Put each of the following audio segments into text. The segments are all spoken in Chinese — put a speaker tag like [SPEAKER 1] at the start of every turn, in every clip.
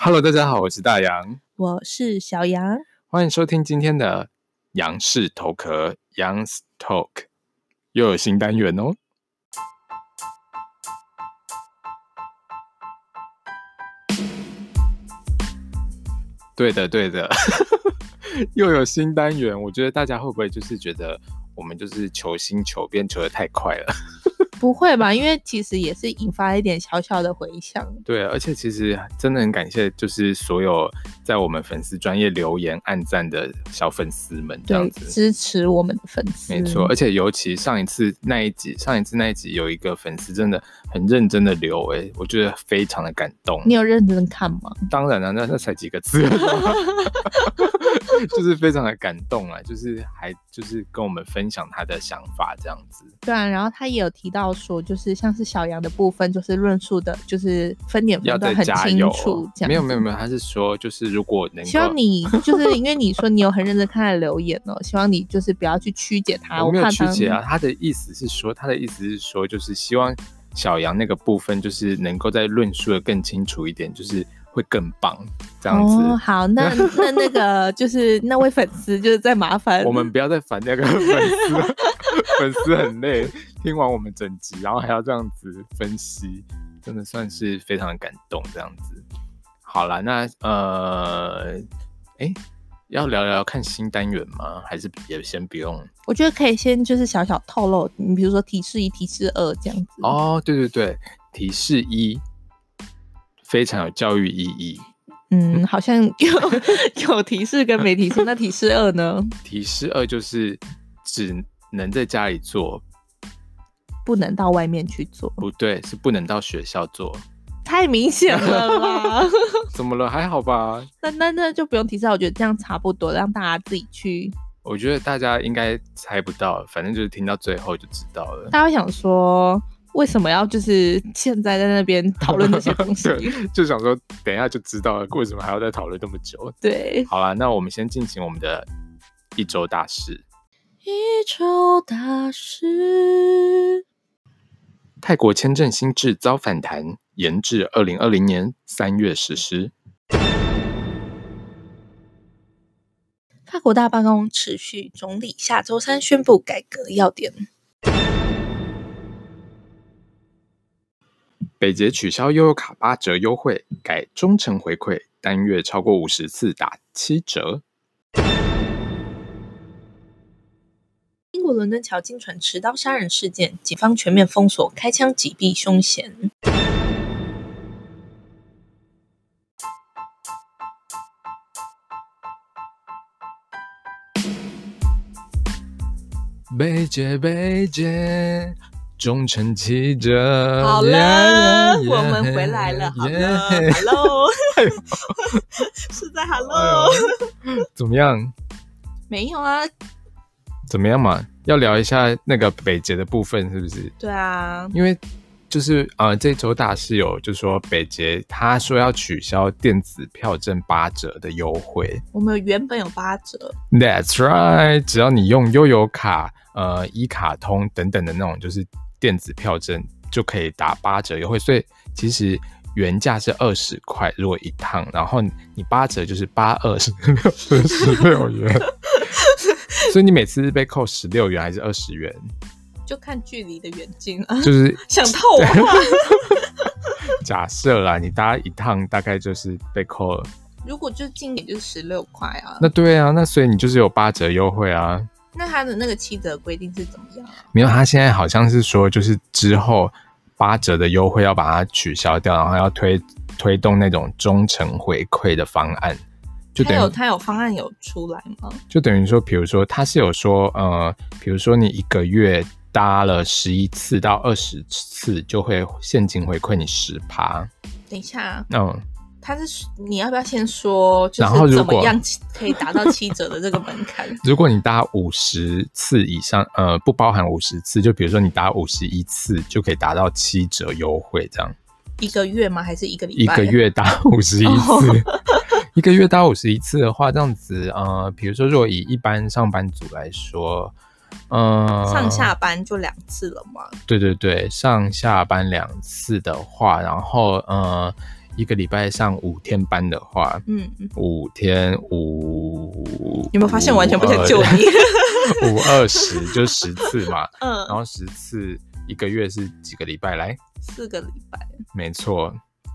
[SPEAKER 1] Hello，大家好，我是大杨，
[SPEAKER 2] 我是小杨。
[SPEAKER 1] 欢迎收听今天的杨氏头壳 Young's Talk，又有新单元哦。对的，对的， 又有新单元。我觉得大家会不会就是觉得我们就是求新求变求的太快了？
[SPEAKER 2] 不会吧？因为其实也是引发一点小小的回响。
[SPEAKER 1] 对，而且其实真的很感谢，就是所有在我们粉丝专业留言、按赞的小粉丝们，这样
[SPEAKER 2] 对，
[SPEAKER 1] 子。
[SPEAKER 2] 支持我们的粉丝，
[SPEAKER 1] 没错，而且尤其上一次那一集，上一次那一集有一个粉丝真的很认真的留、欸，我觉得非常的感动。
[SPEAKER 2] 你有认真看吗？
[SPEAKER 1] 当然了、那那才几个字， 就是非常的感动啊，就是还就是跟我们分享他的想法这样子。
[SPEAKER 2] 对啊，然后他也有提到说，就是像是小杨的部分，就是论述的，就是分点
[SPEAKER 1] 要
[SPEAKER 2] 分
[SPEAKER 1] 再
[SPEAKER 2] 段很
[SPEAKER 1] 加
[SPEAKER 2] 清
[SPEAKER 1] 油
[SPEAKER 2] 楚
[SPEAKER 1] 哦，，
[SPEAKER 2] 这样
[SPEAKER 1] 没有没
[SPEAKER 2] 子
[SPEAKER 1] 有没有，他是说就是如果能
[SPEAKER 2] 希望
[SPEAKER 1] 够，
[SPEAKER 2] 你 就是因为你说你有很认真看的留言哦，希望你就是不要去曲解他，
[SPEAKER 1] 我没有
[SPEAKER 2] 怕
[SPEAKER 1] 曲
[SPEAKER 2] 他嗯
[SPEAKER 1] 解啊，他的意思是说，他的意思是说，就是希望小杨那个部分就是能够再论述的更清楚一点，就是会更棒这样子。
[SPEAKER 2] 哦，好，那 那那个就是那位粉丝，就是再麻烦
[SPEAKER 1] 我们不要再烦那个 粉丝了，粉丝很累，听完我们整集，然后还要这样子分析，真的算是非常的感动。这样子，好啦，那呃，哎、要聊聊看新单元吗？还是也先不用？
[SPEAKER 2] 我觉得可以先就是小小透露，你比如说提示一、提示二这样子。，
[SPEAKER 1] 哦，对对对，提示一，非常有教育意义。
[SPEAKER 2] 嗯，好像有 有提示跟没提示，那提示二呢？
[SPEAKER 1] 提示二就是只能在家里做，
[SPEAKER 2] 不能到外面去做，
[SPEAKER 1] 不对，是不能到学校做。
[SPEAKER 2] 太明显了 啦。
[SPEAKER 1] 怎么了？还好吧？
[SPEAKER 2] 那那那就不用提示了，我觉得这样差不多，让大家自己去。
[SPEAKER 1] 我觉得大家应该猜不到，反正就是听到最后就知道了。
[SPEAKER 2] 大家会想说，为什么要就是现在在那边讨论这些东西？
[SPEAKER 1] 对，就想说等一下就知道了，为什么还要再讨论这么久？
[SPEAKER 2] 对，
[SPEAKER 1] 好啦，那我们先进行我们的一周大事。
[SPEAKER 2] 一周大事。
[SPEAKER 1] 泰国签证新制遭反弹，延至二零二零年三月实施。
[SPEAKER 2] 法国大罢工持续，总理下周三宣布改革要点。
[SPEAKER 1] 北捷取消悠游卡八折优惠，改忠诚回馈，单月超过五十次打七折。
[SPEAKER 2] 英国伦敦桥经船持刀杀人事件，警方全面封锁，开枪击毙凶嫌。
[SPEAKER 1] 北捷，北捷，忠诚七折。
[SPEAKER 2] 好了，我们回来了。 好了，Hello，是在
[SPEAKER 1] 哎
[SPEAKER 2] Hello？
[SPEAKER 1] 怎么样？
[SPEAKER 2] 没有啊，
[SPEAKER 1] 怎么样嘛？要聊一下那个北捷的部分，是不是？
[SPEAKER 2] 对啊，
[SPEAKER 1] 因为就是呃，这周大师有就说北捷他说要取消电子票证八折的优惠。
[SPEAKER 2] 我们原本有八折，
[SPEAKER 1] That's right，只要你用悠游卡、呃、一卡通等等的那种，就是电子票证，就可以打八折优惠。所以其实原价是二十块，如果一趟，然后你八折就是八二十六十六元，所以你每次被扣十六元还是二十元，
[SPEAKER 2] 就看距离的远近啊。
[SPEAKER 1] 就是
[SPEAKER 2] 想套我话，
[SPEAKER 1] 假设啦，你搭一趟大概就是被扣了。
[SPEAKER 2] 如果就近一点就是十六块啊。
[SPEAKER 1] 那对啊，那所以你就是有八折优惠啊。
[SPEAKER 2] 那他的那个七折规定是怎么样啊？
[SPEAKER 1] 没有，他现在好像是说，就是之后八折的优惠要把它取消掉，然后要推推动那种忠诚回馈的方案，就
[SPEAKER 2] 他
[SPEAKER 1] 等
[SPEAKER 2] 有
[SPEAKER 1] 于
[SPEAKER 2] 他有方案有出来吗？
[SPEAKER 1] 就等于说，比如说他是有说，呃，比如说你一个月搭了十一次到二十次，就会现金回馈你十趴，
[SPEAKER 2] 等一下，啊
[SPEAKER 1] 嗯，
[SPEAKER 2] 他是你要不要先说，就
[SPEAKER 1] 然后
[SPEAKER 2] 是
[SPEAKER 1] 如
[SPEAKER 2] 怎么
[SPEAKER 1] 果
[SPEAKER 2] 样可以达到七折的这个门槛？
[SPEAKER 1] 如果你搭五十次以上，呃，不包含五十次，就比如说你搭五十一次，就可以达到七折优惠，这样
[SPEAKER 2] 一个月吗？还是一个礼
[SPEAKER 1] 一
[SPEAKER 2] 拜？
[SPEAKER 1] 个月搭五十一
[SPEAKER 2] 哦
[SPEAKER 1] 次， 一个月搭五十一次的话，这样子，呃，比如说如果以一般上班族来说，呃，
[SPEAKER 2] 上下班就两
[SPEAKER 1] 啊
[SPEAKER 2] 次了吗？
[SPEAKER 1] 对对对，上下班两次的话，然后呃，一个礼拜上五天班的话，
[SPEAKER 2] 嗯，嗯
[SPEAKER 1] 五天五，
[SPEAKER 2] 有没有发现完全不
[SPEAKER 1] 哦
[SPEAKER 2] 想救你？
[SPEAKER 1] 五二十就十次嘛，然
[SPEAKER 2] 嗯，
[SPEAKER 1] 后十次一个月是几个礼拜来？
[SPEAKER 2] 四个礼拜，
[SPEAKER 1] 没错，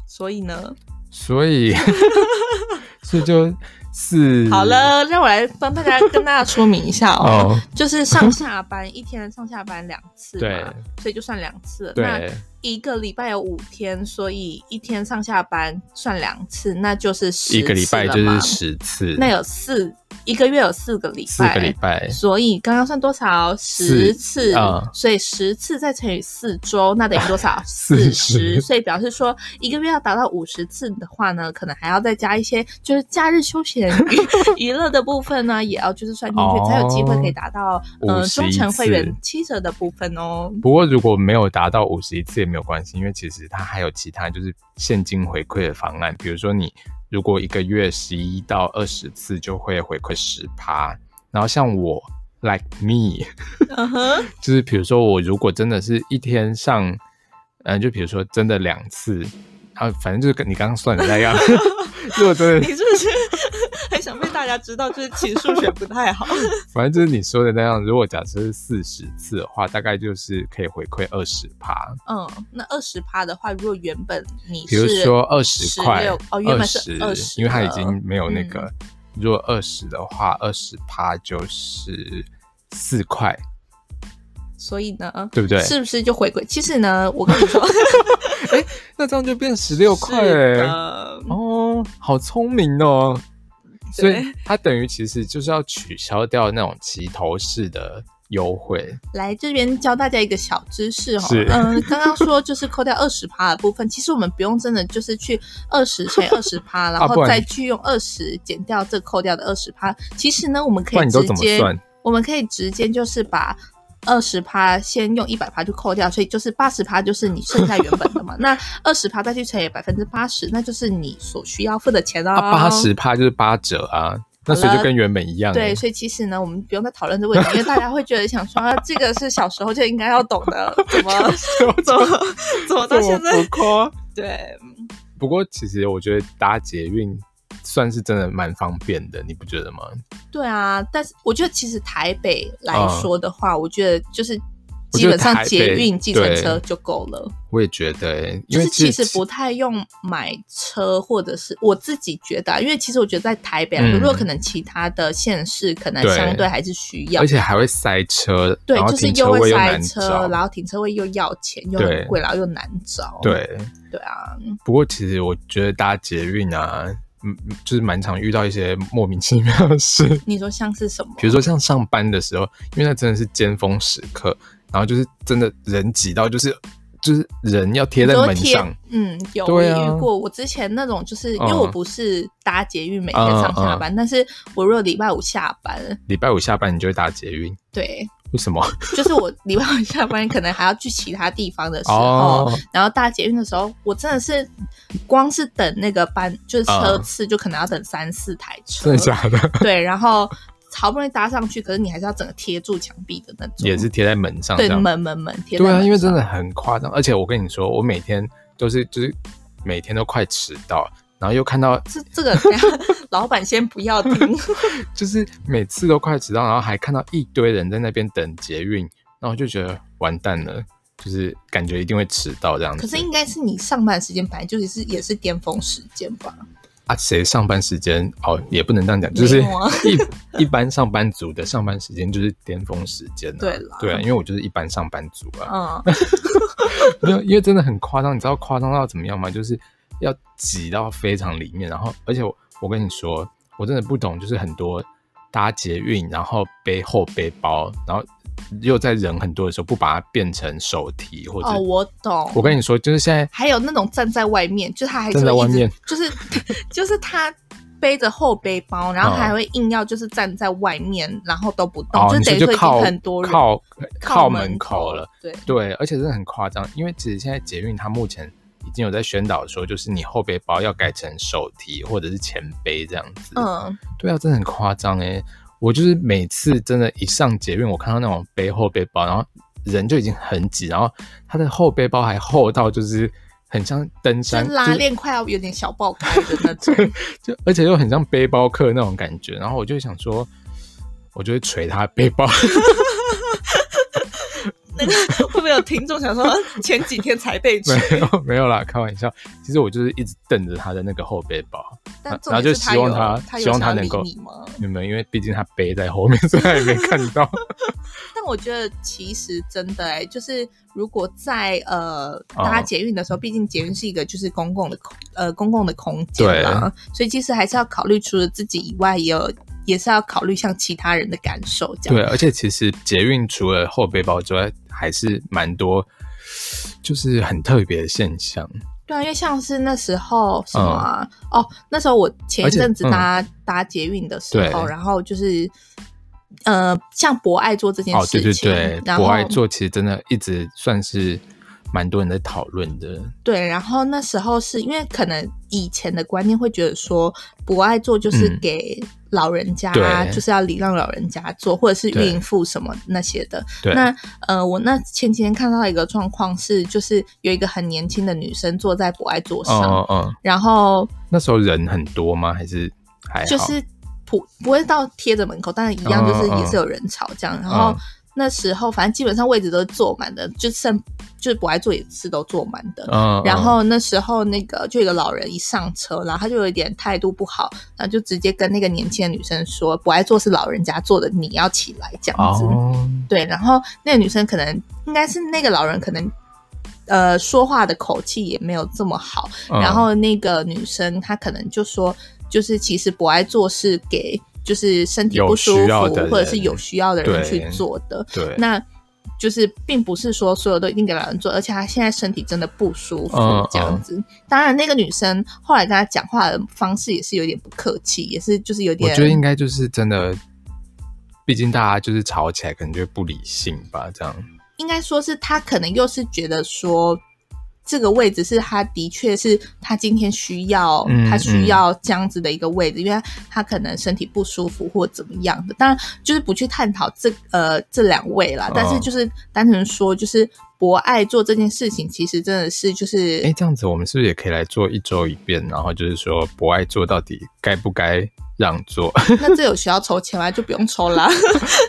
[SPEAKER 2] 所以呢，
[SPEAKER 1] 所以 所以就四
[SPEAKER 2] 好了，让我来帮大家跟大家说明一下哦，
[SPEAKER 1] 哦，
[SPEAKER 2] 就是上下班一天上下班两次
[SPEAKER 1] 对
[SPEAKER 2] 嘛，所以就算两次。那
[SPEAKER 1] 对
[SPEAKER 2] 一个礼拜有五天，所以一天上下班算两次，那就是十
[SPEAKER 1] 一个礼拜
[SPEAKER 2] 次了
[SPEAKER 1] 就是
[SPEAKER 2] 嘛
[SPEAKER 1] 十次，
[SPEAKER 2] 那有四一个月有四个礼
[SPEAKER 1] 四
[SPEAKER 2] 拜，
[SPEAKER 1] 个礼拜，
[SPEAKER 2] 所以刚刚算多少？
[SPEAKER 1] 哎四
[SPEAKER 2] 十次，
[SPEAKER 1] 嗯
[SPEAKER 2] 所以十次再乘以四周，那等于 多少？
[SPEAKER 1] 四十
[SPEAKER 2] 十。所以表示说，一个月要达到五十次的话呢，可能还要再加一些，就是假日休闲娱娱乐的部分呢，也要就是算进去，
[SPEAKER 1] 哦
[SPEAKER 2] 才有机会可以达到呃
[SPEAKER 1] 51
[SPEAKER 2] 忠诚会员
[SPEAKER 1] 次
[SPEAKER 2] 七折的部分 哦。
[SPEAKER 1] 不过如果没有达到五十一次也没有关系，因为其实它还有其他就是现金回馈的方案，比如说你如果一个月十一到二十次就会回馈十趴，然后像我 like me，
[SPEAKER 2] 嗯哼，
[SPEAKER 1] 就是比如说我如果真的是一天上，嗯、就比如说真的两次，啊，反正就是跟你刚刚算的那样， 如果真
[SPEAKER 2] 你
[SPEAKER 1] 的，
[SPEAKER 2] 是不是很想被大家知道，就是其实数学不太好？
[SPEAKER 1] 反正就是你说的那样，如果假设是四十次的话，大概就是可以回馈二十趴。
[SPEAKER 2] 嗯，那二十趴的话，如果原本你
[SPEAKER 1] 比如
[SPEAKER 2] 是
[SPEAKER 1] 说二十块
[SPEAKER 2] 16，哦，原
[SPEAKER 1] 二
[SPEAKER 2] 本是
[SPEAKER 1] 十，
[SPEAKER 2] 20
[SPEAKER 1] 因为它已
[SPEAKER 2] 了嗯
[SPEAKER 1] 经没有那个。如果二十的话，二十趴就是四块，
[SPEAKER 2] 所以呢，
[SPEAKER 1] 对不对？
[SPEAKER 2] 是不是就回归？其实呢，我跟 你说，
[SPEAKER 1] 那这样就变十六块
[SPEAKER 2] 是
[SPEAKER 1] 欸
[SPEAKER 2] 的
[SPEAKER 1] 哦，好聪明哦！所
[SPEAKER 2] 对
[SPEAKER 1] 以它等于其实就是要取消掉那种齐头式的优惠，
[SPEAKER 2] 来这边教大家一个小知识哦。
[SPEAKER 1] 是
[SPEAKER 2] 嗯、刚刚说就是扣掉二十趴的部分，其实我们不用真的就是去二十乘以二十 趴，然
[SPEAKER 1] 啊不
[SPEAKER 2] 后
[SPEAKER 1] 然
[SPEAKER 2] 再去用二十减掉这扣掉的二十趴。其实呢，我们
[SPEAKER 1] 不
[SPEAKER 2] 可
[SPEAKER 1] 然
[SPEAKER 2] 以
[SPEAKER 1] 你都
[SPEAKER 2] 直
[SPEAKER 1] 怎么
[SPEAKER 2] 接，
[SPEAKER 1] 算？
[SPEAKER 2] 我们可以直接就是把。二十趴先用一百趴就扣掉，所以就是八十趴就是你剩下原本的嘛。那二十趴再去乘以百分之八十，那就是你所需要付的钱哦。
[SPEAKER 1] 啊，八十趴就是八折啊，那所以就跟原本一样欸。
[SPEAKER 2] 对，所以其实呢，我们不用再讨论这个问题，因为大家会觉得想说，啊这个是小时候就应该要懂 的，怎么怎么怎么 到现
[SPEAKER 1] 这么
[SPEAKER 2] 在
[SPEAKER 1] 浮？夸
[SPEAKER 2] 对，
[SPEAKER 1] 不过其实我觉得搭捷运算是真的蛮方便的，你不觉得吗？
[SPEAKER 2] 对啊，但是我觉得其实台北来说的话，我觉得就是
[SPEAKER 1] 嗯我
[SPEAKER 2] 基
[SPEAKER 1] 觉得
[SPEAKER 2] 本上
[SPEAKER 1] 台北
[SPEAKER 2] 捷运、计程车
[SPEAKER 1] 对
[SPEAKER 2] 就够了，
[SPEAKER 1] 我也觉得欸，因
[SPEAKER 2] 就
[SPEAKER 1] 为
[SPEAKER 2] 是其实不太用买车，或者是我自己觉得、啊，因为其实我觉得在台北来说，
[SPEAKER 1] 嗯
[SPEAKER 2] 如果可能其他的县市可能
[SPEAKER 1] 对
[SPEAKER 2] 相对还是需要
[SPEAKER 1] 而，且还会塞车，
[SPEAKER 2] 对
[SPEAKER 1] 然，后
[SPEAKER 2] 就是
[SPEAKER 1] 停
[SPEAKER 2] 又
[SPEAKER 1] 车
[SPEAKER 2] 会
[SPEAKER 1] 位又
[SPEAKER 2] 塞
[SPEAKER 1] 难
[SPEAKER 2] 车，然
[SPEAKER 1] 找。
[SPEAKER 2] 后停车位又要钱，又
[SPEAKER 1] 对
[SPEAKER 2] 很贵，然后又难找。
[SPEAKER 1] 对，
[SPEAKER 2] 对啊，
[SPEAKER 1] 不过其实我觉得搭捷运啊，嗯，就是蛮常遇到一些莫名其妙的事，
[SPEAKER 2] 你说像是什么？
[SPEAKER 1] 比如说像上班的时候，因为那真的是尖峰时刻，然后就是真的人挤到，就是就是人要贴
[SPEAKER 2] 你
[SPEAKER 1] 在
[SPEAKER 2] 说
[SPEAKER 1] 门
[SPEAKER 2] 贴
[SPEAKER 1] 上，
[SPEAKER 2] 嗯，有我
[SPEAKER 1] 对
[SPEAKER 2] 也
[SPEAKER 1] 啊
[SPEAKER 2] 遇过。我之前那种就是因为
[SPEAKER 1] 嗯
[SPEAKER 2] 我不是搭捷运每天上下班，但是我如果礼拜五下班，
[SPEAKER 1] 礼拜五下班你就会搭捷运，
[SPEAKER 2] 对，
[SPEAKER 1] 为 什么？
[SPEAKER 2] 就是我礼拜五下班可能还要去其他地方的时候，，
[SPEAKER 1] 哦
[SPEAKER 2] 然后搭捷运的时候，我真的是光是等那个班就是车
[SPEAKER 1] 嗯
[SPEAKER 2] 次，就可能要等三四台车
[SPEAKER 1] 真的，假的？
[SPEAKER 2] 对，然后好不容易搭上去，可是你还是要整个贴住墙壁的那种，
[SPEAKER 1] 也是贴在门上，
[SPEAKER 2] 对
[SPEAKER 1] 这样
[SPEAKER 2] 门门门贴在
[SPEAKER 1] 对啊，
[SPEAKER 2] 门
[SPEAKER 1] 因为
[SPEAKER 2] 上
[SPEAKER 1] 真的很夸张，而且我跟你说，我每天都是就是每天都快迟到，然后又看到
[SPEAKER 2] 这这个等一下 老板先不要听。
[SPEAKER 1] 就是每次都快迟到，然后还看到一堆人在那边等捷运，然后就觉得完蛋了，就是感觉一定会迟到这样子。
[SPEAKER 2] 可是应该是你上班时间本来就是也是巅峰时间吧？
[SPEAKER 1] 啊，谁上班时间哦，也不能这样讲，就是
[SPEAKER 2] 没有啊
[SPEAKER 1] 一一般上班族的上班时间就是巅峰时间、啊，
[SPEAKER 2] 对啦
[SPEAKER 1] 对啊，因为我就是一般上班族啊，
[SPEAKER 2] 嗯，
[SPEAKER 1] 没 有，因为真的很夸张，你知道夸张到怎么样吗？就是要挤到非常里面，然后而且我我跟你说，我真的不懂，就是很多搭捷运，然后背后背包，然后又在人很多的时候不把它变成手提或者，
[SPEAKER 2] 哦，我懂。
[SPEAKER 1] 我跟你说，就是现在
[SPEAKER 2] 还有那种站在外面，就是他还是
[SPEAKER 1] 站在
[SPEAKER 2] 会一
[SPEAKER 1] 外
[SPEAKER 2] 直
[SPEAKER 1] 面，
[SPEAKER 2] 就是 就是他背着后背包，然后
[SPEAKER 1] 嗯
[SPEAKER 2] 还会硬要就是站在外面，然后都不动，
[SPEAKER 1] 哦，
[SPEAKER 2] 就
[SPEAKER 1] 你说
[SPEAKER 2] 等于
[SPEAKER 1] 就
[SPEAKER 2] 说已经
[SPEAKER 1] 靠
[SPEAKER 2] 很多人
[SPEAKER 1] 靠
[SPEAKER 2] 靠
[SPEAKER 1] 靠门口了。。
[SPEAKER 2] 对，
[SPEAKER 1] 对，而且真的很夸张，因为其实现在捷运它目前已经有在宣导说，就是你后背包要改成手提或者是前背这样子。，
[SPEAKER 2] 嗯，
[SPEAKER 1] 对啊，真的很夸张哎！我就是每次真的，一上捷运，我看到那种背后背包，然后人就已经很挤，然后他的后背包还厚到就是很像登
[SPEAKER 2] 就
[SPEAKER 1] 山
[SPEAKER 2] 拉
[SPEAKER 1] 就是
[SPEAKER 2] 链快要有点小爆开的那种。
[SPEAKER 1] 就而且又很像背包客那种感觉。然后我就想说，我就会捶他背包。
[SPEAKER 2] 那个 会不会有听众想说， 前几天才被取，
[SPEAKER 1] 没有没有啦，开玩笑。其实我就是一直瞪着他的那个后背包，
[SPEAKER 2] 但重
[SPEAKER 1] 然后就
[SPEAKER 2] 点是他
[SPEAKER 1] 希望
[SPEAKER 2] 有
[SPEAKER 1] 他
[SPEAKER 2] 他有
[SPEAKER 1] 希望
[SPEAKER 2] 想
[SPEAKER 1] 他
[SPEAKER 2] 要
[SPEAKER 1] 能
[SPEAKER 2] 理
[SPEAKER 1] 够
[SPEAKER 2] 你吗？
[SPEAKER 1] 你们因为毕竟他背在后面，所以他也没看到。
[SPEAKER 2] 但我觉得其实真的哎、就是如果在呃
[SPEAKER 1] 哦
[SPEAKER 2] 搭捷运的时候，毕竟捷运是一个就是公共的空呃公共的空间啦，所以其实还是要考虑除了自己以外，也有也是要考虑像其他人的感受这样。
[SPEAKER 1] 对，而且其实捷运除了后背包之外，还是蛮多，就是很特别的现象。
[SPEAKER 2] 对啊，因为像是那时候什么啊、哦，那时候我前一阵子
[SPEAKER 1] 嗯而且嗯
[SPEAKER 2] 搭、搭捷运的时候，
[SPEAKER 1] 对
[SPEAKER 2] 然后就是呃像博爱做这件
[SPEAKER 1] 哦，
[SPEAKER 2] 事
[SPEAKER 1] 对
[SPEAKER 2] 情，
[SPEAKER 1] 对对，
[SPEAKER 2] 然后
[SPEAKER 1] 博爱座其实真的一直算是蛮多人在讨论的。
[SPEAKER 2] 对，然后那时候是因为可能以前的观念会觉得说，博爱座就是
[SPEAKER 1] 嗯
[SPEAKER 2] 给老人家、啊
[SPEAKER 1] 对
[SPEAKER 2] 就是要礼让老人家做，或者是
[SPEAKER 1] 对
[SPEAKER 2] 孕妇什么那些的。
[SPEAKER 1] 对，嗯
[SPEAKER 2] 那呃，我那前几天看到一个状况是，就是有一个很年轻的女生坐在博爱座上，
[SPEAKER 1] 哦哦哦，
[SPEAKER 2] 然后
[SPEAKER 1] 那时候人很多吗？还是还好？
[SPEAKER 2] 就是不不会到贴着门口，但是一样
[SPEAKER 1] 嗯
[SPEAKER 2] 就是也是有人潮这样。然后那时候反正基本上位置都是坐满的，就剩就是博爱座也是都坐满的。
[SPEAKER 1] 嗯，嗯
[SPEAKER 2] 然后那时候那个就有一个老人一上车，然后他就有一点态度不好，然后就直接跟那个年轻的女生说：“不爱做是老人家做的，你要起来。”这样子。
[SPEAKER 1] 哦，
[SPEAKER 2] 对，然后那个女生可能应该是那个老人可能。呃，说话的口气也没有这么好，
[SPEAKER 1] 嗯
[SPEAKER 2] 然后那个女生她可能就说，就是其实不爱做是给就是身体
[SPEAKER 1] 有
[SPEAKER 2] 不舒
[SPEAKER 1] 需要
[SPEAKER 2] 服
[SPEAKER 1] 的
[SPEAKER 2] 或者是
[SPEAKER 1] 人
[SPEAKER 2] 有需要的人
[SPEAKER 1] 对
[SPEAKER 2] 去做的，
[SPEAKER 1] 对，
[SPEAKER 2] 那就是并不是说所有都一定给老人做，而且他现在身体真的不舒服
[SPEAKER 1] 嗯
[SPEAKER 2] 这样子。当然，那个女生后来跟他讲话的方式也是有点不客气，也是就是有
[SPEAKER 1] 我
[SPEAKER 2] 点
[SPEAKER 1] 觉得应该就是真的，毕竟大家就是吵起来，可能就会不理性吧，这样。
[SPEAKER 2] 应该说是他可能又是觉得说。这个位置是他的确是他今天需要，
[SPEAKER 1] 嗯
[SPEAKER 2] 他需要这样子的一个位置，因为他可能身体不舒服或怎么样的。当然，就是不去探讨这呃这两位啦，
[SPEAKER 1] 哦
[SPEAKER 2] 但是就是单纯说，就是博爱做这件事情，其实真的是就是
[SPEAKER 1] 哎，这样子我们是不是也可以来做一周一遍？然后就是说，不爱做到底该不该让座？
[SPEAKER 2] 那这有需要抽钱吗？就不用抽 啦，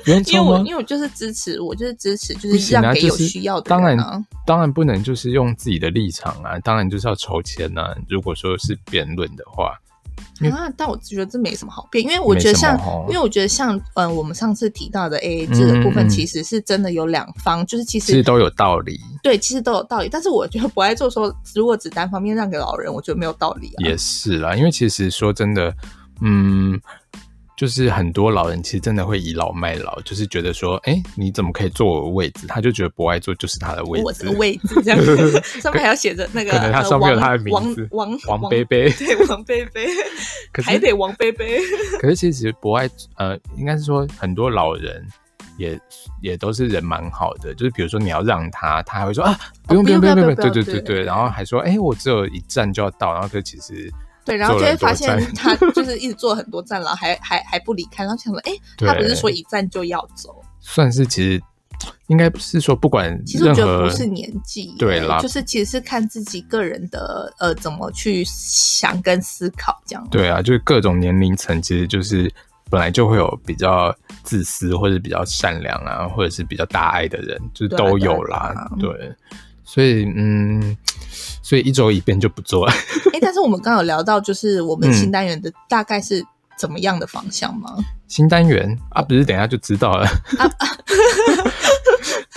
[SPEAKER 1] 不用
[SPEAKER 2] 因为
[SPEAKER 1] 抽
[SPEAKER 2] 我
[SPEAKER 1] 吗？
[SPEAKER 2] 因为我就是支持，我就是支持，就
[SPEAKER 1] 不
[SPEAKER 2] 是
[SPEAKER 1] 行
[SPEAKER 2] 让
[SPEAKER 1] 啊，
[SPEAKER 2] 给
[SPEAKER 1] 就
[SPEAKER 2] 有
[SPEAKER 1] 是
[SPEAKER 2] 需要的
[SPEAKER 1] 当
[SPEAKER 2] 人
[SPEAKER 1] 然
[SPEAKER 2] 啊。
[SPEAKER 1] 当然不能就是用自己的立场啊，当然就是要筹钱呐、如果说是辩论的话，因为
[SPEAKER 2] 啊，但我觉得这没什么好变，因为我觉得
[SPEAKER 1] 没什
[SPEAKER 2] 像
[SPEAKER 1] 么哦，
[SPEAKER 2] 因为我觉得像，嗯，我们上次提到的 AA 制的部
[SPEAKER 1] 嗯
[SPEAKER 2] 分，
[SPEAKER 1] 嗯
[SPEAKER 2] 其实是真的有两方，就是其
[SPEAKER 1] 其实
[SPEAKER 2] 实
[SPEAKER 1] 都有道理，
[SPEAKER 2] 对，其实都有道理。但是我觉得不爱做说，如果只单方面让给老人，我觉得没有道理啊。
[SPEAKER 1] 也是啦。因为其实说真的，嗯，就是很多老人其实真的会倚老卖老，就是觉得说，哎、你怎么可以坐我的位置？他就觉得不爱坐就是他的位
[SPEAKER 2] 我
[SPEAKER 1] 置
[SPEAKER 2] 的，位置 这样子，上面还要写着那个，
[SPEAKER 1] 可能它
[SPEAKER 2] 呃
[SPEAKER 1] 上面有
[SPEAKER 2] 王
[SPEAKER 1] 它的名
[SPEAKER 2] 王
[SPEAKER 1] 字
[SPEAKER 2] 王
[SPEAKER 1] 王贝贝。
[SPEAKER 2] 对，王贝贝，
[SPEAKER 1] 可是
[SPEAKER 2] 台北王贝贝。
[SPEAKER 1] 可是其实博爱，呃，应该是说很多老人也也都是人蛮好的，就是比如说你要让他，他还会说啊，不用
[SPEAKER 2] 哦不
[SPEAKER 1] 用
[SPEAKER 2] 用
[SPEAKER 1] 不
[SPEAKER 2] 不
[SPEAKER 1] 不
[SPEAKER 2] 要
[SPEAKER 1] 用，
[SPEAKER 2] 不要
[SPEAKER 1] 对对
[SPEAKER 2] 不要
[SPEAKER 1] 对
[SPEAKER 2] 对
[SPEAKER 1] 对，然后还说，哎、我只有一站就要到，然后可是其实
[SPEAKER 2] 对，然后就
[SPEAKER 1] 做
[SPEAKER 2] 会
[SPEAKER 1] 了
[SPEAKER 2] 发
[SPEAKER 1] 很多站
[SPEAKER 2] 现他就是一直做很多站，然后还还还不离开，然后想说，哎，
[SPEAKER 1] 对
[SPEAKER 2] 他不是说一站就要走？
[SPEAKER 1] 算是其实应该是说不管
[SPEAKER 2] 其实我
[SPEAKER 1] 任
[SPEAKER 2] 觉得
[SPEAKER 1] 何
[SPEAKER 2] 不是年纪，
[SPEAKER 1] 对啦
[SPEAKER 2] 就是其实是看自己个人的呃怎么去想跟思考这样。
[SPEAKER 1] 对啊，就是各种年龄层，其实就是本来就会有比较自私，或者比较善良啊，或者是比较大爱的人，就是
[SPEAKER 2] 对啊
[SPEAKER 1] 都有
[SPEAKER 2] 对啊
[SPEAKER 1] 啦，对，所以嗯，所以一周一遍就不做了。
[SPEAKER 2] 哎，但是我们刚刚有聊到，就是我们
[SPEAKER 1] 嗯
[SPEAKER 2] 新单元的大概是怎么样的方向吗？
[SPEAKER 1] 新单元啊，不是等一下就知道了。
[SPEAKER 2] 啊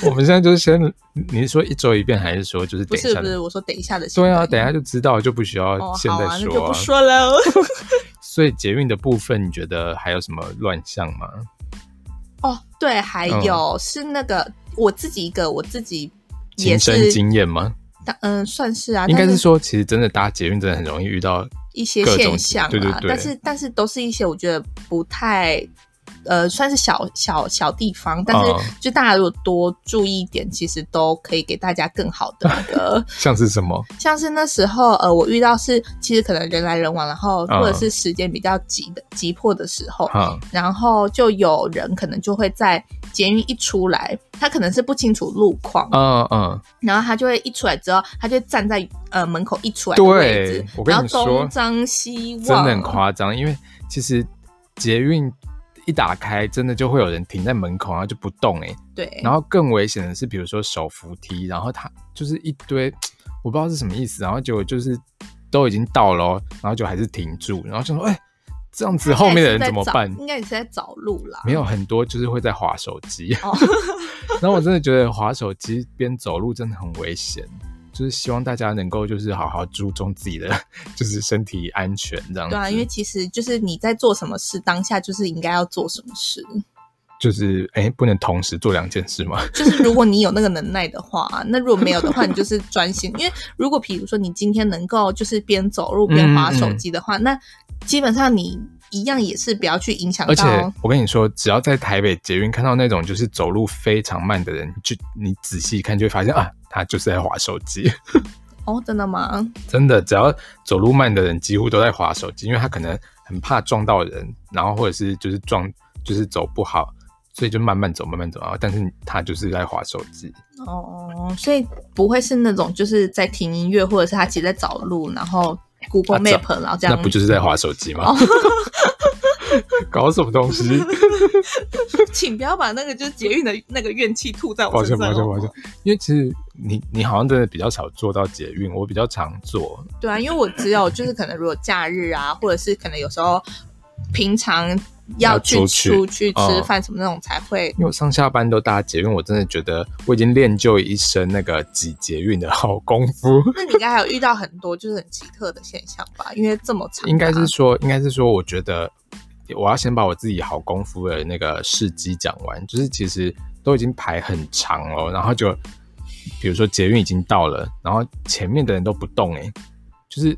[SPEAKER 1] 我们现在就是先，你是说一周一遍，还是说就是
[SPEAKER 2] 不
[SPEAKER 1] 等一
[SPEAKER 2] 是
[SPEAKER 1] 下？
[SPEAKER 2] 不是，我说等一下的新
[SPEAKER 1] 对
[SPEAKER 2] 单元。
[SPEAKER 1] 啊，等一下就知道，就不需要
[SPEAKER 2] 哦，
[SPEAKER 1] 现
[SPEAKER 2] 好
[SPEAKER 1] 在
[SPEAKER 2] 啊，那就
[SPEAKER 1] 说、
[SPEAKER 2] 不 说了。
[SPEAKER 1] 所以捷运的部分，你觉得还有什么乱象吗？
[SPEAKER 2] 哦，对，还
[SPEAKER 1] 嗯
[SPEAKER 2] 有是那个我自己一个我自己也
[SPEAKER 1] 亲身
[SPEAKER 2] 是，
[SPEAKER 1] 经验吗？
[SPEAKER 2] 当嗯，算是啊，
[SPEAKER 1] 应该
[SPEAKER 2] 但
[SPEAKER 1] 是说，其实真的搭捷运真的很容易遇到，
[SPEAKER 2] 一些
[SPEAKER 1] 各
[SPEAKER 2] 现
[SPEAKER 1] 种
[SPEAKER 2] 象啊，
[SPEAKER 1] 对对对
[SPEAKER 2] 但是但是都是一些我觉得不太。呃，算是小小小地方，但是
[SPEAKER 1] 嗯。
[SPEAKER 2] 就大家如果多注意一点，其实都可以给大家更好的那个
[SPEAKER 1] 像是什么？
[SPEAKER 2] 像是那时候，呃，我遇到是其实可能人来人往，然后
[SPEAKER 1] 嗯
[SPEAKER 2] 或者是
[SPEAKER 1] 啊
[SPEAKER 2] 时间比较急的急迫的时候，
[SPEAKER 1] 哈、
[SPEAKER 2] 然后就有人可能就会在捷运一出来，他可能是不清楚路况，
[SPEAKER 1] 嗯嗯，
[SPEAKER 2] 然后他就会一出来之后，他就站在呃门口一出来的位置
[SPEAKER 1] 对我，跟
[SPEAKER 2] 然后
[SPEAKER 1] 你说
[SPEAKER 2] 东张西望，
[SPEAKER 1] 真的很夸张。因为其实捷运一打开，真的就会有人停在门口，然后就不动哎、
[SPEAKER 2] 对，
[SPEAKER 1] 然后更危险的是，比如说手扶梯，然后它就是一堆，我不知道是什么意思，然后结果就是都已经到了哦，然后就还是停住，然后就说，哎、这样子后面的人怎么办？
[SPEAKER 2] 应该也是在找路啦。
[SPEAKER 1] 没有很多就是会在划手机，
[SPEAKER 2] 哦，
[SPEAKER 1] 然后我真的觉得划手机边走路真的很危险，就是希望大家能够就是好好注重自己的 就是身体安全这样子。
[SPEAKER 2] 对啊，因为其实就是你在做什么事，当下就是应该要做什么事。
[SPEAKER 1] 就是哎、不能同时做两件事吗？
[SPEAKER 2] 就是如果你有那个能耐的话， 那如果没有的话，你就是专心。因为如果比如说你今天能够就是边走路边划手机的
[SPEAKER 1] 嗯
[SPEAKER 2] 话，那基本上你一样也是不要去影响
[SPEAKER 1] 而且
[SPEAKER 2] 到。
[SPEAKER 1] 我跟你说，只要在台北捷运看到那种就是走路非常慢的人，你就你仔细一看就会发现啊，他就是在划手机。
[SPEAKER 2] 哦，真的吗？
[SPEAKER 1] 真的，只要走路慢的人，几乎都在划手机，因为他可能很怕撞到人，然后或者是就是撞就是走不好，所以就慢慢走慢慢走，然后但是他就是在划手机。
[SPEAKER 2] 哦，所以不会是那种就是在听音乐，或者是他其实在找路，然后 Google
[SPEAKER 1] 啊找
[SPEAKER 2] Map，、然后这
[SPEAKER 1] 那
[SPEAKER 2] 样哦
[SPEAKER 1] 不就是在划手机吗？ 搞什么东 西？
[SPEAKER 2] 请不要把那个就是捷运的那个怨气吐在
[SPEAKER 1] 抱
[SPEAKER 2] 我
[SPEAKER 1] 歉
[SPEAKER 2] 身上。哦
[SPEAKER 1] 抱歉
[SPEAKER 2] 好不
[SPEAKER 1] 抱
[SPEAKER 2] 好
[SPEAKER 1] 歉，因为其实你你好像真的比较少做到捷运，我比较常做，
[SPEAKER 2] 对啊，因为我只有就是可能如果假日啊，或者是可能有时候平常要去
[SPEAKER 1] 要出去
[SPEAKER 2] 出去吃
[SPEAKER 1] 嗯
[SPEAKER 2] 饭什么那种才会。
[SPEAKER 1] 因为我上下班都搭捷运，我真的觉得我已经练就一身那个挤捷运的好功夫。
[SPEAKER 2] 那你应该还有遇到很多就是很奇特的现象吧？因为这么长啊，
[SPEAKER 1] 应该是说，应该是说，我觉得我要先把我自己好功夫的那个事迹讲完，就是其实都已经排很长了，然后就比如说捷运已经到了，然后前面的人都不动、欸，就是